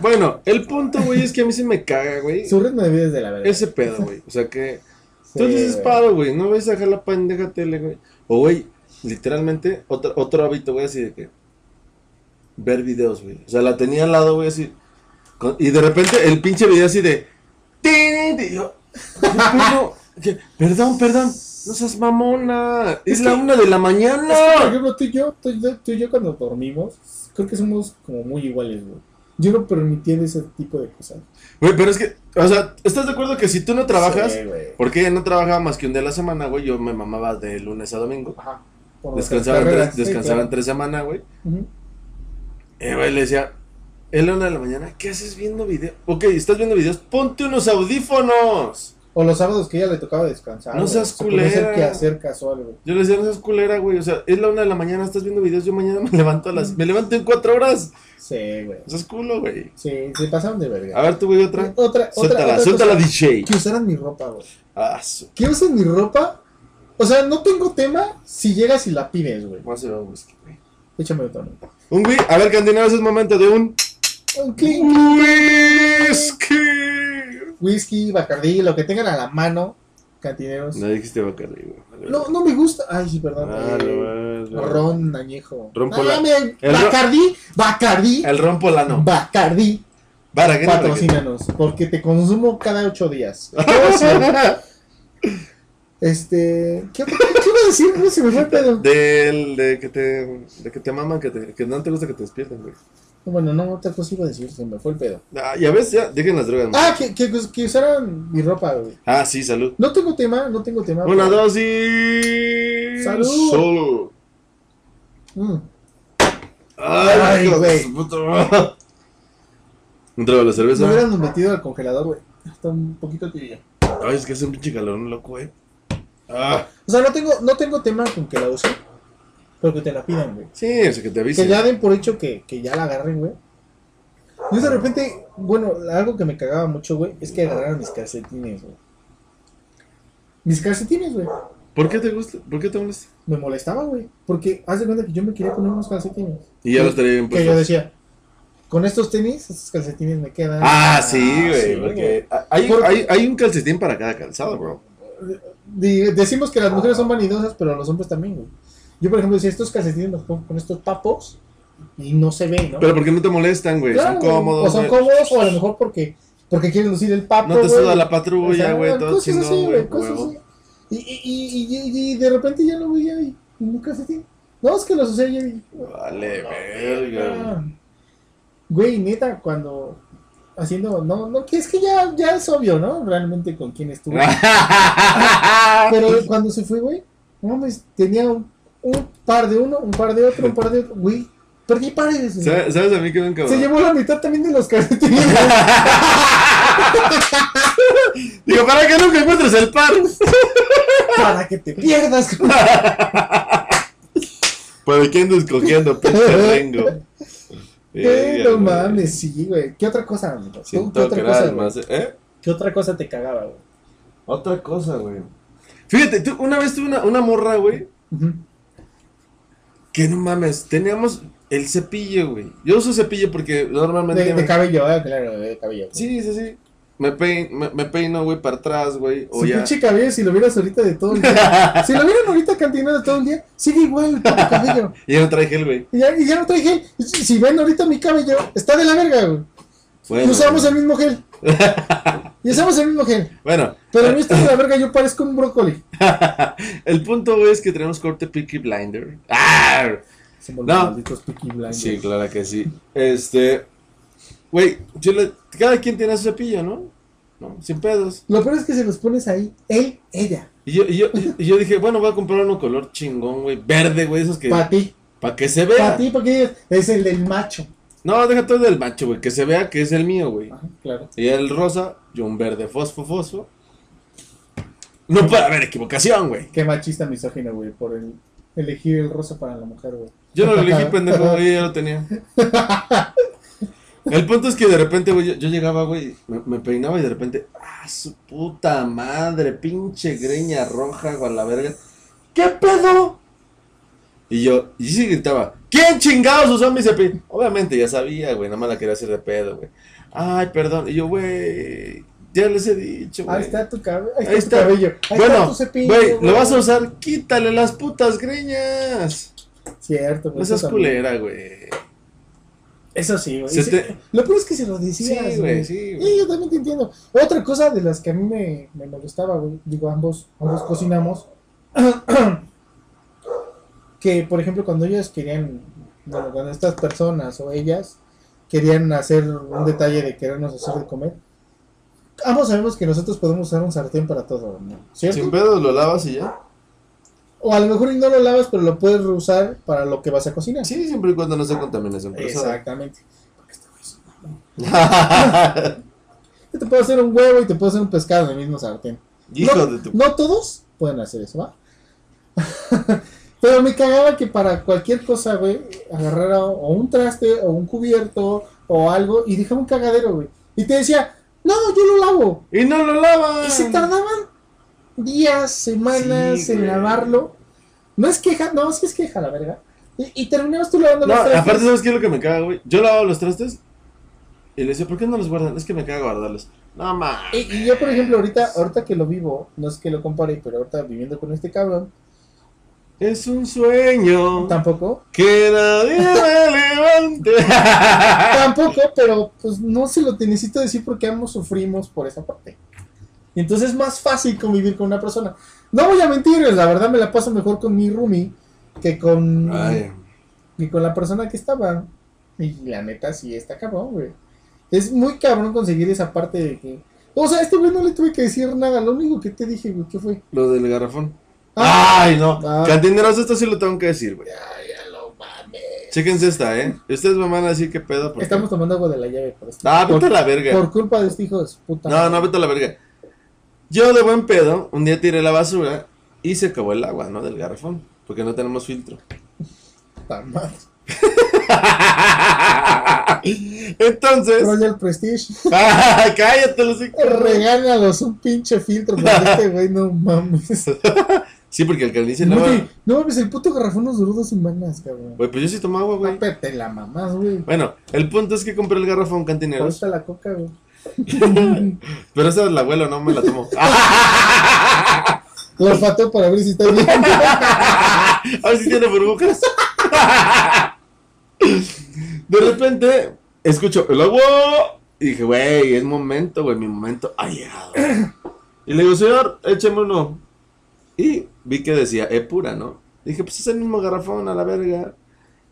Bueno, el punto, güey, es que a mí sí me caga, güey. Su ritmo de vida es de la verdad. Ese pedo, güey. O sea que. Sí, Tú dices güey. paro, güey, no ves a dejar la pendeja tele, güey. O, güey, literalmente, otro, otro hábito, güey, así de que. Ver videos, güey. O sea, la tenía al lado, güey, así. con- y de repente el pinche video así de. "Tin", Y yo. "Pero, que- perdón, perdón. No seas mamona. Es, Es la que- una Es de la que, por mañana. ejemplo, tú y, yo, tú, y yo- tú y yo cuando dormimos, creo que somos como muy iguales, güey. Yo no permití ese tipo de cosas. Güey, pero es que. O sea, ¿estás de acuerdo que si tú no trabajas. Sí, güey. Porque ella no trabajaba más que un día a la semana, güey. Yo me mamaba de lunes a domingo. Ajá. Por nuestras Descansaba, en tres- Oh, carreras, sí, descansaba en claro. tres semanas, güey. Ujú. Eh, güey, le decía, es la una de la mañana, ¿qué haces viendo video? Ok, estás viendo videos, ponte unos audífonos. O los sábados que ella le tocaba descansar. No güey. seas O sea, como hacer culera. que hacer casual, güey. Yo le decía, no seas culera, güey, o sea, es la una de la mañana, estás viendo videos, yo mañana <laughs> me levanto a las... Me levanto en cuatro horas. Sí, güey. No seas culo, güey. Sí, se pasaron de verga. A ver, tú, güey, otra. Otra, Suéltala, otra suéltala, cosa, DJ. Que usaran mi ropa, güey. Ah, su... Que usen mi ropa. O sea, no tengo tema si llegas y la pides, güey. ¿Cómo se llama, whisky, güey? Échame otro. ¿no? Un güey, a ver, candineros, es momento de un... Un clink. ¡Whisky! whisky, bacardí, lo que tengan a la mano, cantineros. No No, dijiste Bacardi, güey. no, me gusta. Ay, sí, perdón. Ah, eh, no, no, no. ron añejo. Ron Ah, pola- mira, el ron- bacardí, bacardí, El ron polano. bacardí. Para, ¿qué tal? Patrocínanos, porque te consumo cada ocho días. Todo cierto. este, ¿qué, qué, qué iba a decir? No se me fue el pedo. <laughs> Del, de que te, de que te maman, que, te- que no te gusta que te despierten, güey. Bueno, no, otra cosa iba a decir, se me fue el pedo. Ah, y a veces ya, dejen las drogas. güey. Ah, que, que, que usaran mi ropa, güey. Ah, sí, salud. No tengo tema, no tengo tema. Una, pero- dos y... Salud. Solo. Mm. Ay, Ay, hijo de güey. su puta madre. <laughs> Un trago de la Me cerveza. hubieran metido al congelador, güey. Está un poquito tibia. Ay, es que hace un pinche calor, loco, güey. Ah, O sea, no tengo, no tengo tema con que la usen, pero que te la pidan, güey. sí, o sea, que te Que avisen. ya den por hecho que, que ya la agarren, güey. Yo de repente, bueno, algo que me cagaba mucho, güey, es que agarraran mis calcetines, güey. Mis calcetines, güey. ¿Por qué te gusta? ¿Por qué te molesta? Me molestaba, güey. Porque haz de cuenta que yo me quería poner unos calcetines. Y ya los traía bien Que yo puestos. decía, con estos tenis, estos calcetines me quedan. Ah, sí, güey, güey. porque hay, Porque- hay, hay un calcetín para cada calzado, bro. Di- Decimos que las mujeres son vanidosas, pero los hombres también, güey. Yo, por ejemplo, decía, estos calcetines los pongo con estos tapos y no se ve, ¿no? Pero porque no te molestan, güey, Claro, son cómodos, O son güey. cómodos, o a lo mejor porque, porque quieren lucir el papo. No te güey. suda la O sea, patrulla, güey, todo cosas chingón, así, güey, cosas huevo. así. Y, y, y, y- y de repente ya lo veía y nunca se tiene. No, es que los usé ayer y. Vale, verga. Ah. Güey, neta, cuando. Haciendo. No, no, que es que ya, ya es obvio, ¿no? Realmente con quién estuvo. <laughs> Pero cuando se fue, güey, no mames, tenía un, un par de uno, un par de otro, un par de otro. Güey, perdí pares. güey. ¿Sabes sabes a mí que me Se encabronó? llevó la mitad también de los calcetines. <laughs> Digo, ¿para qué nunca encuentres el par? para que te pierdas. ¿Para qué ando escogiendo, <laughs> pendejo? Eh, no mames, sí, güey. ¿Qué otra cosa, amigo? ¿Tú, ¿Qué Siento otra que era cosa, el güey? más... ¿Eh? ¿Qué otra cosa te cagaba, güey? Otra cosa, güey. Fíjate, tú, una vez tuve una, una morra, güey, Ujú. que no mames, teníamos el cepillo, güey. Yo uso cepillo porque normalmente... De, me- de cabello, eh, claro, de cabello. Sí, sí, sí. Me, pein- me, me peino, güey, para atrás, güey. O Su ya. pinche cabello, si lo vieras ahorita de todo el <laughs> día. si lo vieran ahorita cantinado de todo el día, sigue igual el puto cabello. Y ya no trae gel, güey. Y ya, y ya no trae gel. Y Si si ven ahorita mi cabello, está de la verga, güey. Bueno, y usamos güey. el mismo <laughs> gel. y usamos el mismo gel. Bueno, Pero a mí está de la verga, yo parezco un brócoli. el punto, güey, es que tenemos corte Peaky Blinder. ¡Ah! Somos No. los malditos Peaky Blinders. Sí, claro que sí. Este. Güey, yo le- cada quien tiene su cepillo, ¿no? ¿No? Sin pedos. Lo peor es que se los pones ahí, él, ella, Y yo, y yo, y yo dije, bueno, voy a comprar uno color chingón, güey. Verde, güey, esos que. para ti, Para que se para vea. ti, porque digas, es el del macho. No, deja todo del macho, güey. Que se vea que es el mío, güey. Ajá, claro. Y el rosa, yo un verde fosfo, fosfo. No puede haber equivocación, güey. Qué machista misógino, güey, por el, elegir el rosa para la mujer, güey. Yo no lo elegí pendejo, güey, ella ya lo tenía. El punto es que de repente, güey, yo, yo llegaba, güey, me, me peinaba y de repente, ah, su puta madre, pinche greña roja, güey, a la verga. ¿Qué pedo? Y yo, y sí gritaba, ¿quién chingados usó mi cepillo? Obviamente, ya sabía, güey, nada más la quería hacer de pedo, güey. Ay, perdón. Y yo, güey, ya les he dicho, güey. Ahí está tu, cabello, ahí está Ahí está. tu cabello. Ahí está Bueno, tu cepillo. güey, güey. lo vas a usar, quítale las putas greñas. Cierto, güey. No eso seas también. culera, güey. Eso sí, güey. Se Y sí, te- Lo peor es que se lo decías, Sí, güey, sí, güey. Y yo también te entiendo. Otra cosa de las que a mí me, me molestaba, güey. Digo, ambos, ambos cocinamos. <clears throat> que, por ejemplo, cuando ellos querían, bueno, cuando estas personas o ellas querían hacer un detalle de querernos hacer de comer, ambos sabemos que nosotros podemos usar un sartén para todo, ¿no? ¿Cierto? Sin pedos lo lavas y ya. O a lo mejor y no lo lavas, pero lo puedes usar para lo que vas a cocinar. Sí, siempre y cuando no se contaminación cruzada. Exactamente. Porque este güey es un Exacto. Yo te puedo hacer un huevo y te puedo hacer un pescado en el mismo sartén. <laughs> Hijo no, de tu. <laughs> no todos pueden hacer eso, ¿va? <laughs> Pero me cagaba que para cualquier cosa, güey, agarrara o un traste o un cubierto o algo y dejaba un cagadero, güey. Y te decía, no, yo lo lavo. Y no lo lavas. Y se tardaban días, semanas Mm. Sí, en güey. lavarlo. No es queja, no, sí es queja, la verga. Y, y terminabas tú lavando No, los trastes. aparte, ¿sabes qué es lo que me caga, güey? Yo lavaba los trastes y le decía, ¿por qué no los guardan? Es que me caga guardarlos. No mames. Y, y yo, por ejemplo, ahorita, ahorita que lo vivo, no es que lo compare, pero ahorita viviendo con este cabrón, Es un sueño tampoco, que nadie me levante. tampoco, pero pues no se lo te necesito decir porque ambos sufrimos por esa parte. Y entonces es más fácil convivir con una persona. No voy a mentirles, la verdad me la paso mejor con mi roomie que con, <laughs> Ay, que con la persona que estaba. Y la neta sí está cabrón, güey. Es muy cabrón conseguir esa parte de que... O sea, a este güey no le tuve que decir nada, lo único que te dije, güey, ¿qué fue? lo del garrafón. Ah, Ay, no. Ah. Cantineros, esto sí lo tengo que decir, güey. ya, ya lo mames. Chéquense esta, ¿eh? Ustedes me van a decir qué pedo. porque- Estamos tomando agua de la llave por esto. Ah, vete por, a la verga. por culpa de este hijo de su puta. No, no, vete a la verga. Yo de buen pedo, un día tiré la basura y se acabó el agua, ¿no? Del garrafón, porque no tenemos filtro. <laughs> puta madre. Entonces, Royal Prestige. <laughs> cállate, lo sé. Regálalos un pinche filtro porque este güey no <laughs> mames. Sí, porque el carnicero No, no. güey, no mames, el puto garrafón nos duró dos semanas, cabrón. Güey, pues yo sí tomo agua, güey. Papá, te la mamás, güey. Bueno, el punto es que compré el garrafón cantineros, Ahorita la coca, güey. <laughs> pero esa es la abuela, no me la tomo. <laughs> Lo olfateo para ver si está <laughs> bien. A ver si tiene burbujas. De repente, escucho el agua. Y dije, güey, es momento, güey, mi momento ha llegado. Y le digo, señor, écheme uno. Y vi que decía, es pura, ¿no? Dije, pues es el mismo garrafón, a la verga.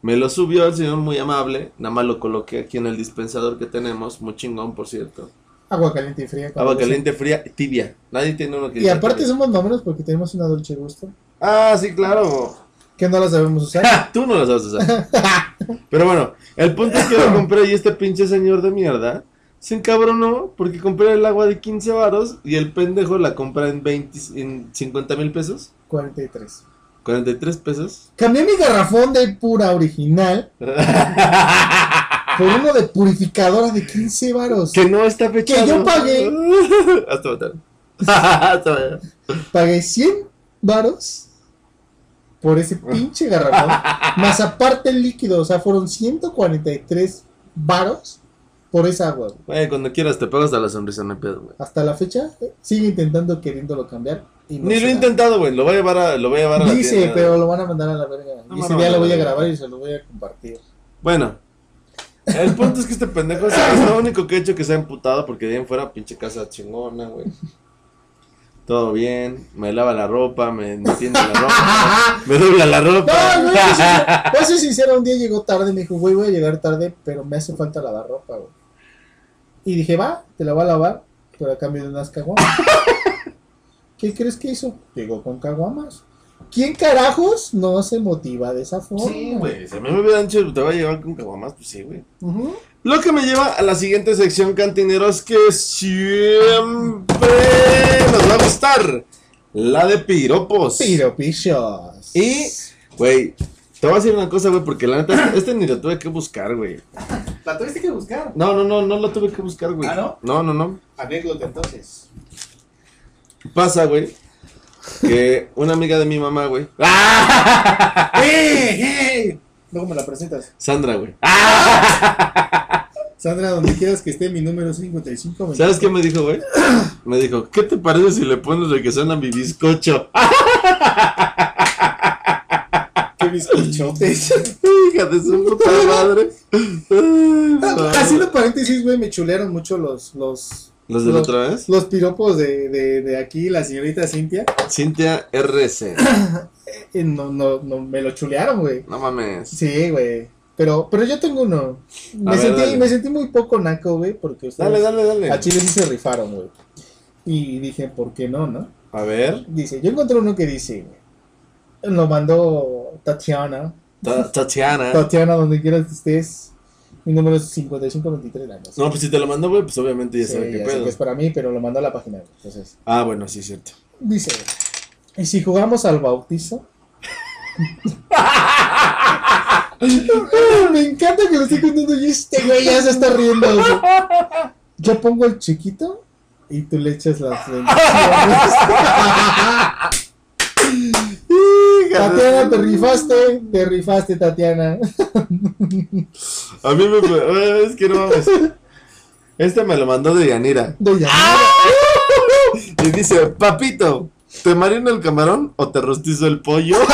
Me lo subió el señor muy amable. Nada más lo coloqué aquí en el dispensador que tenemos. Muy chingón, por cierto. Agua caliente y fría. Agua cabrón. caliente, fría, y tibia. Nadie tiene uno que Y sea aparte tibia. somos nombres porque tenemos una dulce gusto Ah, sí, claro. que no la sabemos usar. <laughs> Ja, Tú no lo sabes usar. <laughs> Pero bueno, el punto es que lo compré y este pinche señor de mierda se encabronó porque compré el agua de 15 varos y el pendejo la compra en, 20, en 50 mil pesos, 43. <laughs> 43 pesos. Cambié mi garrafón de pura original por uno de purificadora de 15 varos. que no está fechado. Que yo pagué. <laughs> Hasta matar. Todavía. Pagué 100 varos por <laughs> ese pinche garrafón. más aparte el líquido, o sea, fueron 143 varos por esa agua. güey. Güey, cuando quieras te pegas a la sonrisa, no hay pedo, güey. Hasta la fecha eh, sigue intentando queriéndolo cambiar. y no Ni se lo he da. intentado, güey. Lo voy a llevar a, lo voy a, llevar a la Dice, tienda. pero lo van a mandar a la verga. No, y ese no, día no, lo voy a no. grabar y se lo voy a compartir. Bueno. El punto es que este pendejo es, es lo único que he hecho que se ha emputado porque de ahí en fuera pinche casa chingona, güey. Todo bien, me lava la ropa, me, me tiende la ropa, me dobla la ropa. No, no, no, <laughs> sincero, voy a ser sincero, un día llegó tarde, me dijo, güey, voy a llegar tarde, pero me hace falta lavar ropa, güey. Y dije, va, te la voy a lavar, pero a cambio de unas caguamas. <laughs> ¿Qué crees que hizo? Llegó con caguamas. ¿Quién carajos no se motiva de esa forma? Sí, güey. Si a mí me hubieran dicho, te voy a llevar con caguamas, pues sí, güey. Ujú. Lo que me lleva a la siguiente sección, cantineros, que siempre nos va a gustar. La de piropos. Pero pichos. Y, güey, te voy a decir una cosa, güey, porque la neta, este ni lo tuve que buscar, güey. La tuviste que buscar. No, no, no, no lo tuve que buscar, güey. ¿Ah, no? No, no, no. Anécdota <laughs> entonces. Pasa, güey, que una amiga de mi mamá, güey. Ah. ¡Eh, ¡Ey, ey! Luego me la presentas. Sandra, güey. Sandra, donde quieras que esté, mi número es 55. ¿Sabes qué me dijo, güey? <clears throat> Me dijo, ¿qué te parece si le pones requesón a mi bizcocho? <laughs> ¡Qué bizcochotes! Hija de su <laughs> puta madre. Ay, Ah, madre. Haciendo paréntesis, güey, me chulearon mucho los, los, ¿Los de la otra vez? los piropos de, de, de aquí, la señorita Cintia. Cintia RC. Eh, no, no, no, me lo chulearon, güey. No mames. Sí, güey. Pero, pero yo tengo uno. Me, ver, sentí, dale. me sentí muy poco naco, güey, porque ustedes Dale, dale, a dale. Chile sí se rifaron, güey. Y dije, ¿por qué no, no? A ver. Dice, yo encontré uno que dice, güey, lo mandó Tatiana. Ta- Tatiana. Tatiana, donde quieras que estés. Mi número es 5523, años. No, pues si te lo mando, güey, pues obviamente ya Sí, sabes qué ya sé pedo. que es para mí, pero lo mandó a la página. güey. Entonces, Ah, bueno, sí, es cierto. dice, ¿y si jugamos al bautizo? <laughs> Me encanta que lo esté contando y este güey ya se está riendo. güey. Yo pongo el chiquito y tú le echas las <laughs> bendiciones. Tatiana, te rifaste, te rifaste, Tatiana. A mí me. eh, Es que no mames. Este me lo mandó de Yanira. De ya. Ah. Y dice: Papito, ¿te marino el camarón o te rostizo el pollo? <laughs>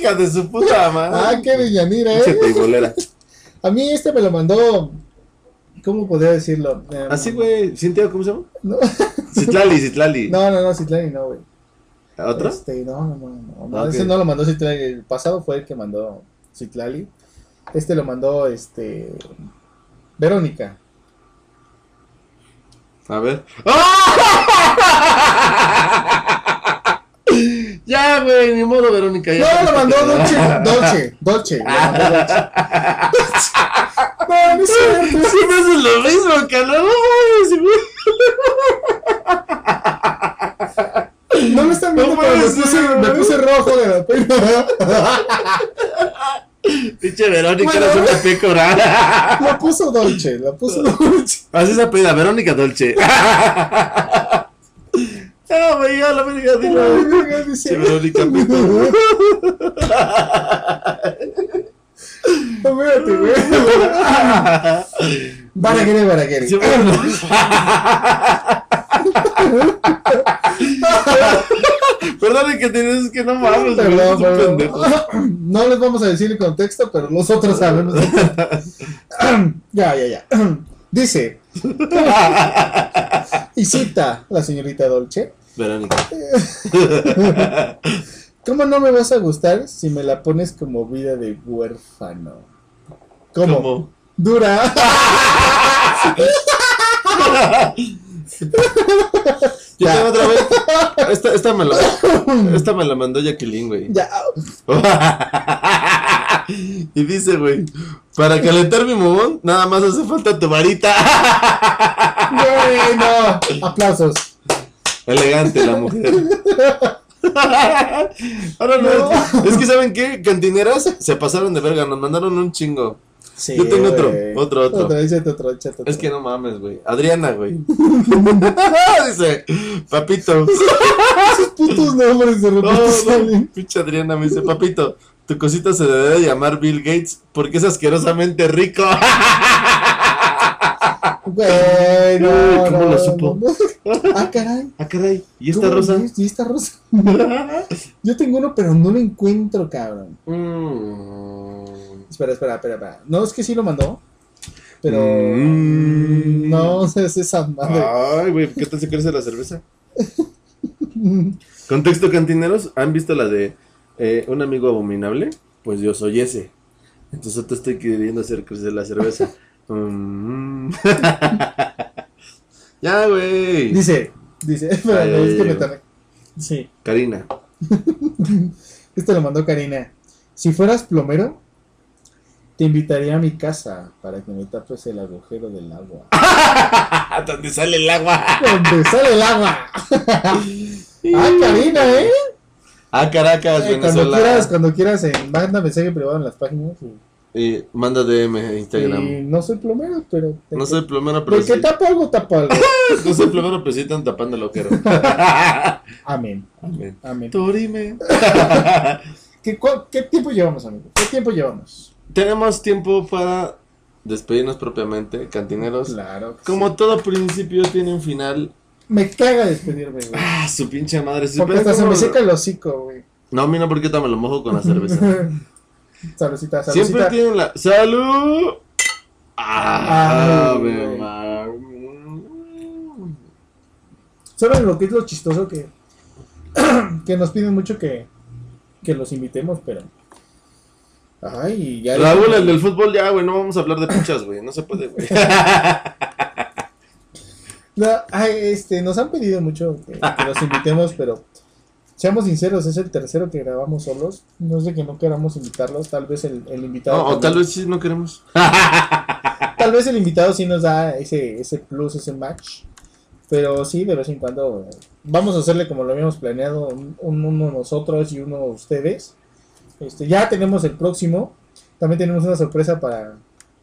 Hija de su puta Ah, madre. qué Villanira, Pinche eh. teibolera. A mí este me lo mandó. ¿Cómo podría decirlo? Em, Así, güey. Cintia, ¿cómo se llama? No. Citlali, Citlali. No, no, no, Citlali no, güey. ¿Otra? Este, no, no, no, no, no, Ah, Ese ok. no lo mandó Citlali. El pasado fue el que mandó Citlali. Este lo mandó, este. Verónica. A ver. ¡Ah! <laughs> Ya, güey, ni modo, Verónica. No, Ya lo mandó <laughs> Dolce. Dolce, Dolce. lo mandó Dolce. No, no es cierto. Sí me haces lo mismo, cabrón. No me están viendo, No pero me puede puse, ser. me puse rojo de la pena. Pinche Verónica Bueno. era una pécora. Lo puso Dolce, lo puso Dolce. Así se apellida, Verónica Dolce. No, güey, ya la verga, Ay, dilo. venga, dice, Pinche Verónica pito. espérate, <laughs> güey. Baraguere, Baraguere. Sí, bueno. Perdón, que tienes que no mames, güey, es Perdón, un perdón. pendejo. <clears throat> No les vamos a decir el contexto, pero nosotros sabemos. <laughs> ya, ya, <clears throat> ya. Dice, y cita la señorita Dolce, Verónica. ¿cómo no me vas a gustar si me la pones como vida de huérfano? ¿Cómo? ¿Cómo? Dura. <laughs> Yo Ya. tengo otra vez. Esta, esta, me la, esta me la mandó Jacqueline, güey. ya. y dice, güey, para calentar mi momón, nada más hace falta tu varita. Bueno. Aplausos. Elegante la mujer. Ahora no, No. Es, que, ¿saben qué? Cantineras se pasaron de verga, nos mandaron un chingo. Sí, Yo tengo otro, güey. otro, otro. échate otro, échate otro. Es que no mames, güey. Adriana, güey. <laughs> dice, papito. Esos putos nombres de repente No, no, salen. pinche Adriana me dice, papito, tu cosita se debe de llamar Bill Gates porque es asquerosamente rico. <laughs> Güey, no, eh, ¿Cómo no, lo supo? no, <laughs> no. Ah, caray. Ah, caray. ¿Y esta ¿Cómo rosa? ves? ¿Y esta rosa? <laughs> Yo tengo uno, pero no lo encuentro, cabrón. Mm. Espera, espera, espera, espera. No, es que sí lo mandó. Pero. Mm. Ah, No, o sea, es esa madre. Ay, güey, ¿qué tal se crece la cerveza? <laughs> Contexto cantineros, ¿han visto la de eh, un amigo abominable? Pues yo soy ese. Entonces yo te estoy queriendo hacer crecer la cerveza. <laughs> Mm. <laughs> ya, güey. Dice, dice, <laughs> espera, Ay, no, es ay, que ay, me güey. tardé. Sí, Karina. esto lo mandó Karina. Si fueras plomero, te invitaría a mi casa para que me tapes el agujero del <laughs> agua. Ah, ¿Dónde sale el agua? ¡Donde sale el agua! <laughs> ¡Ah, Karina, eh! A Ah, Caracas, Eh, cuando Venezuela. quieras, cuando quieras, eh, manda mensaje privado en las páginas. Y, Y manda DM a Instagram. y no soy plomero, pero. No soy plomero, pero ¿De qué sí. tapa algo, tapa algo? No soy plomero, pero sí están tapando <laughs> el agujero. Amén, Amén. amén. Tú dime. ¿Qué, cua- ¿Qué tiempo llevamos, amigo? ¿Qué tiempo llevamos? Tenemos tiempo para despedirnos propiamente, cantineros. Claro. que Como sí. todo principio tiene un final. Me caga despedirme, güey. Ah, su pinche madre. ¿se Porque supone hasta se cómo me lo- seca el hocico, güey. <laughs> No, a mí no, porque yo me lo mojo con la cerveza. Salucita, Siempre salucita. tienen la. ¡Salud! ¡Ah! Ay, me güey. ma- ¿Saben lo que es lo chistoso que, <clears throat> que nos piden mucho que, que los invitemos, pero. Ay, ya. Raúl, el del fútbol, ya, güey, no vamos a hablar de pinchas, güey. No se <laughs> puede, güey. No, ay, este, nos han pedido mucho que, que los <laughs> invitemos, pero seamos sinceros, es el tercero que grabamos solos. No es de que no queramos invitarlos, tal vez el, el invitado. No, o también- tal vez sí no queremos. tal vez el invitado sí nos da ese, ese plus, ese match. Pero sí, de vez en cuando eh, vamos a hacerle como lo habíamos planeado, un- un- uno nosotros y uno ustedes. Este, ya tenemos el próximo. También tenemos una sorpresa para,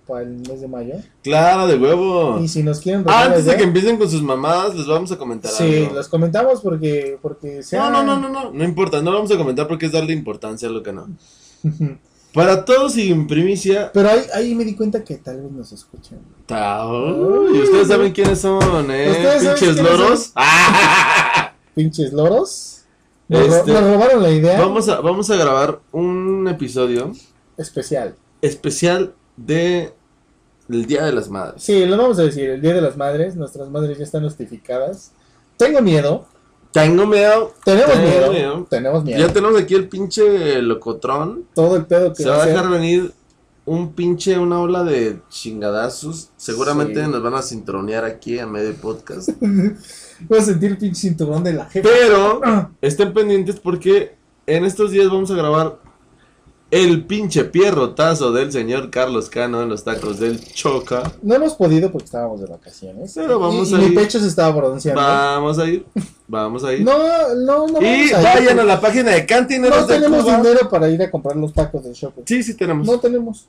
para el mes de mayo. Claro, de huevo. Y si nos quieren robar Ah. Antes la de que idea, empiecen con sus mamadas, les vamos a comentar sí, algo. los comentamos porque, porque sea- No, no, no, no, no. No importa, no lo vamos a comentar porque es darle importancia a lo que no. <laughs> Para todos y en primicia, Pero ahí, ahí me di cuenta que tal vez nos escuchan. Tao. Y ustedes saben quiénes son, ¿eh? Ustedes saben Pinches quiénes <laughs> loros. ¡Ah! Pinches loros. Nos, ro- Este- nos robaron la idea <laughs> Vamos a, vamos a grabar un episodio especial. especial de el Día de las Madres. Sí, lo vamos a decir, el Día de las Madres, nuestras madres ya están notificadas. Tengo miedo, Tengo miedo. tenemos Tengo miedo, miedo. tenemos miedo. Ya tenemos aquí el pinche locotrón. Todo el pedo que Se va va a a ser. dejar venir un pinche, una ola de chingadazos. Seguramente Sí. nos van a sintronear aquí a medio podcast. <laughs> Voy a sentir el pinche cinturón de la jefa. Pero Ah, estén pendientes porque en estos días vamos a grabar el pinche pierrotazo del señor Carlos Cano en los tacos del Choca. No hemos podido porque estábamos de vacaciones. Pero vamos y, a y mi ir. pecho se estaba bronceando. Vamos a ir, vamos a ir. No, no, no. vamos y a ir. vayan a la página de No Cantineros de tenemos Cuba. dinero para ir a comprar los tacos del shopping. Sí, sí tenemos. No tenemos.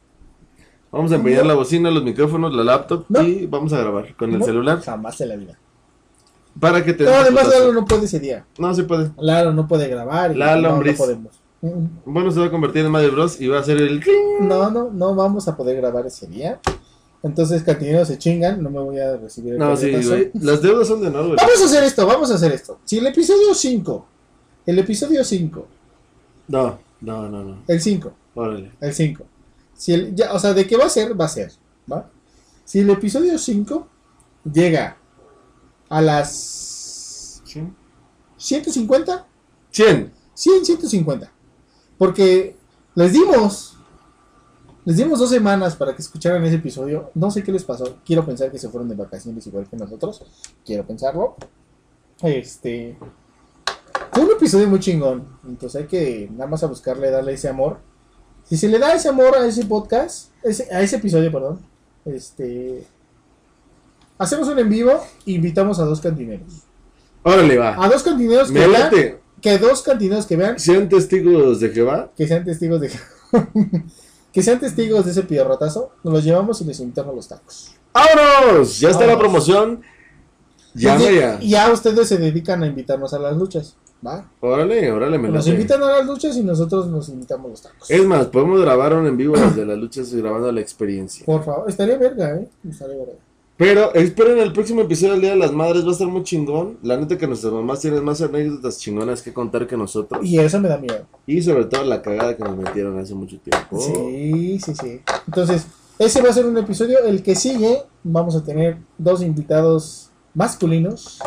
Vamos a empeñar la bocina, los micrófonos, la laptop No. y vamos a grabar con el No, celular Jamás en la vida. para que te No, den un además putazo. Lalo no puede ese día. No se puede. Lalo no puede grabar. y Lalo, no, no hombriz. podemos. Mm, Bueno, se va a convertir en Mario Bros. y va a ser el. No, no, no vamos a poder grabar ese día. Entonces, cantineros se chingan, no me voy a recibir el No, sí, corretazo. güey. Las deudas son de honor, güey. Vamos a hacer esto, vamos a hacer esto. Si el episodio 5, el episodio 5, No, no, no, no. el 5, Órale. el 5. Si el, ya, o sea, de qué va a ser, va a ser, ¿va? Si el episodio 5 llega a las 150, 100. 100, 150. Porque les dimos, les dimos dos semanas para que escucharan ese episodio. No sé qué les pasó. Quiero pensar que se fueron de vacaciones igual que nosotros. Quiero pensarlo. Este fue un episodio muy chingón. Entonces hay que nada más a buscarle, darle ese amor. Si se le da ese amor a ese podcast, ese- a ese episodio, perdón, este hacemos un en vivo, e invitamos a dos cantineros. Órale, va. A dos cantineros que Me vean, late. que dos cantineros que vean Sean testigos de Jehová. que sean testigos de <laughs> que sean testigos de ese piorrotazo, nos los llevamos y les invitamos los tacos. ¡Vámonos! Ya está la Vámonos. promoción. Ya, Y- ya. y ya ustedes se dedican a invitarnos a las luchas, ¿va? Órale, órale, me Nos late. invitan a las luchas y nosotros nos invitamos los tacos. Es más, podemos grabar un en vivo desde las luchas grabando la experiencia. Por favor, estaría verga, ¿eh? Estaría verga. Pero esperen el próximo episodio del Día de las Madres, va a estar muy chingón. La neta que nuestras mamás tienen más anécdotas chingonas que contar que nosotros. Y eso me da miedo. Y sobre todo la cagada que nos metieron hace mucho tiempo. Sí, sí, sí. Entonces, ese va a ser un episodio. El que sigue, vamos a tener dos invitados masculinos.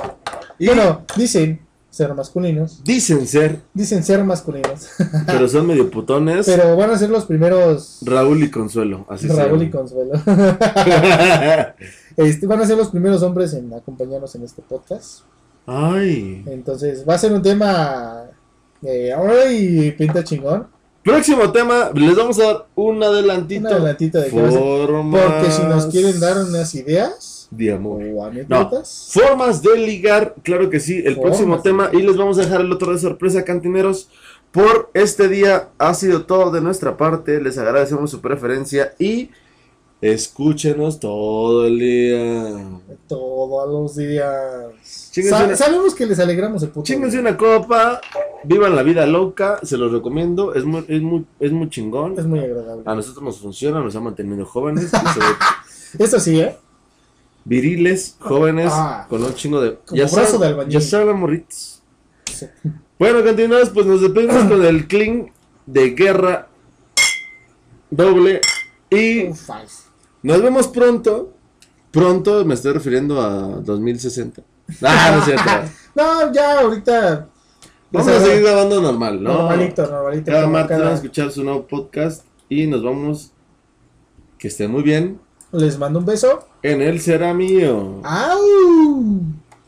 Y Bueno, dicen ser masculinos. dicen ser, Dicen ser masculinos. pero son medio putones. Pero van a ser los primeros Raúl y Consuelo, así se Raúl y llaman. Consuelo. <laughs> Este, van a ser los primeros hombres en acompañarnos en este podcast. <laughs> Ay. Entonces, va a ser un tema. Eh, ¡Ay! Pinta chingón. Próximo tema, les vamos a dar un adelantito. Un adelantito de qué va a ser. Formas Porque si nos quieren dar unas ideas de amor. o anécdotas. Formas de ligar, claro que sí, el Formas próximo de tema. Y les vamos a dejar el otro de sorpresa, cantineros. Por este día ha sido todo de nuestra parte. Les agradecemos su preferencia y escúchenos todo el día. Todos los días. Chínguense Sa- una- sabemos que les alegramos el puto. Chinguense una copa, vivan la vida loca, se los recomiendo, es muy, es muy, es muy chingón. Es muy agradable. A nosotros nos funciona, nos ha mantenido jóvenes, y <laughs> sobre Eso sí, ¿eh? viriles, jóvenes, Ah. con un chingo de... Como brazo saben- de albañil. Ya saben, morritos. Sí. Bueno, continuamos, pues nos despedimos con el cling de guerra doble y Ufas. nos vemos pronto. Pronto me estoy refiriendo a <laughs> 2060. Ah, no es cierto. No, ya ahorita. Vamos O a sea, seguir grabando normal, ¿no? Normalito, normalito. Cada como martes cada- van a escuchar su nuevo podcast y nos vamos. Que estén muy bien. Les mando un beso. En el será mío. ¡Au!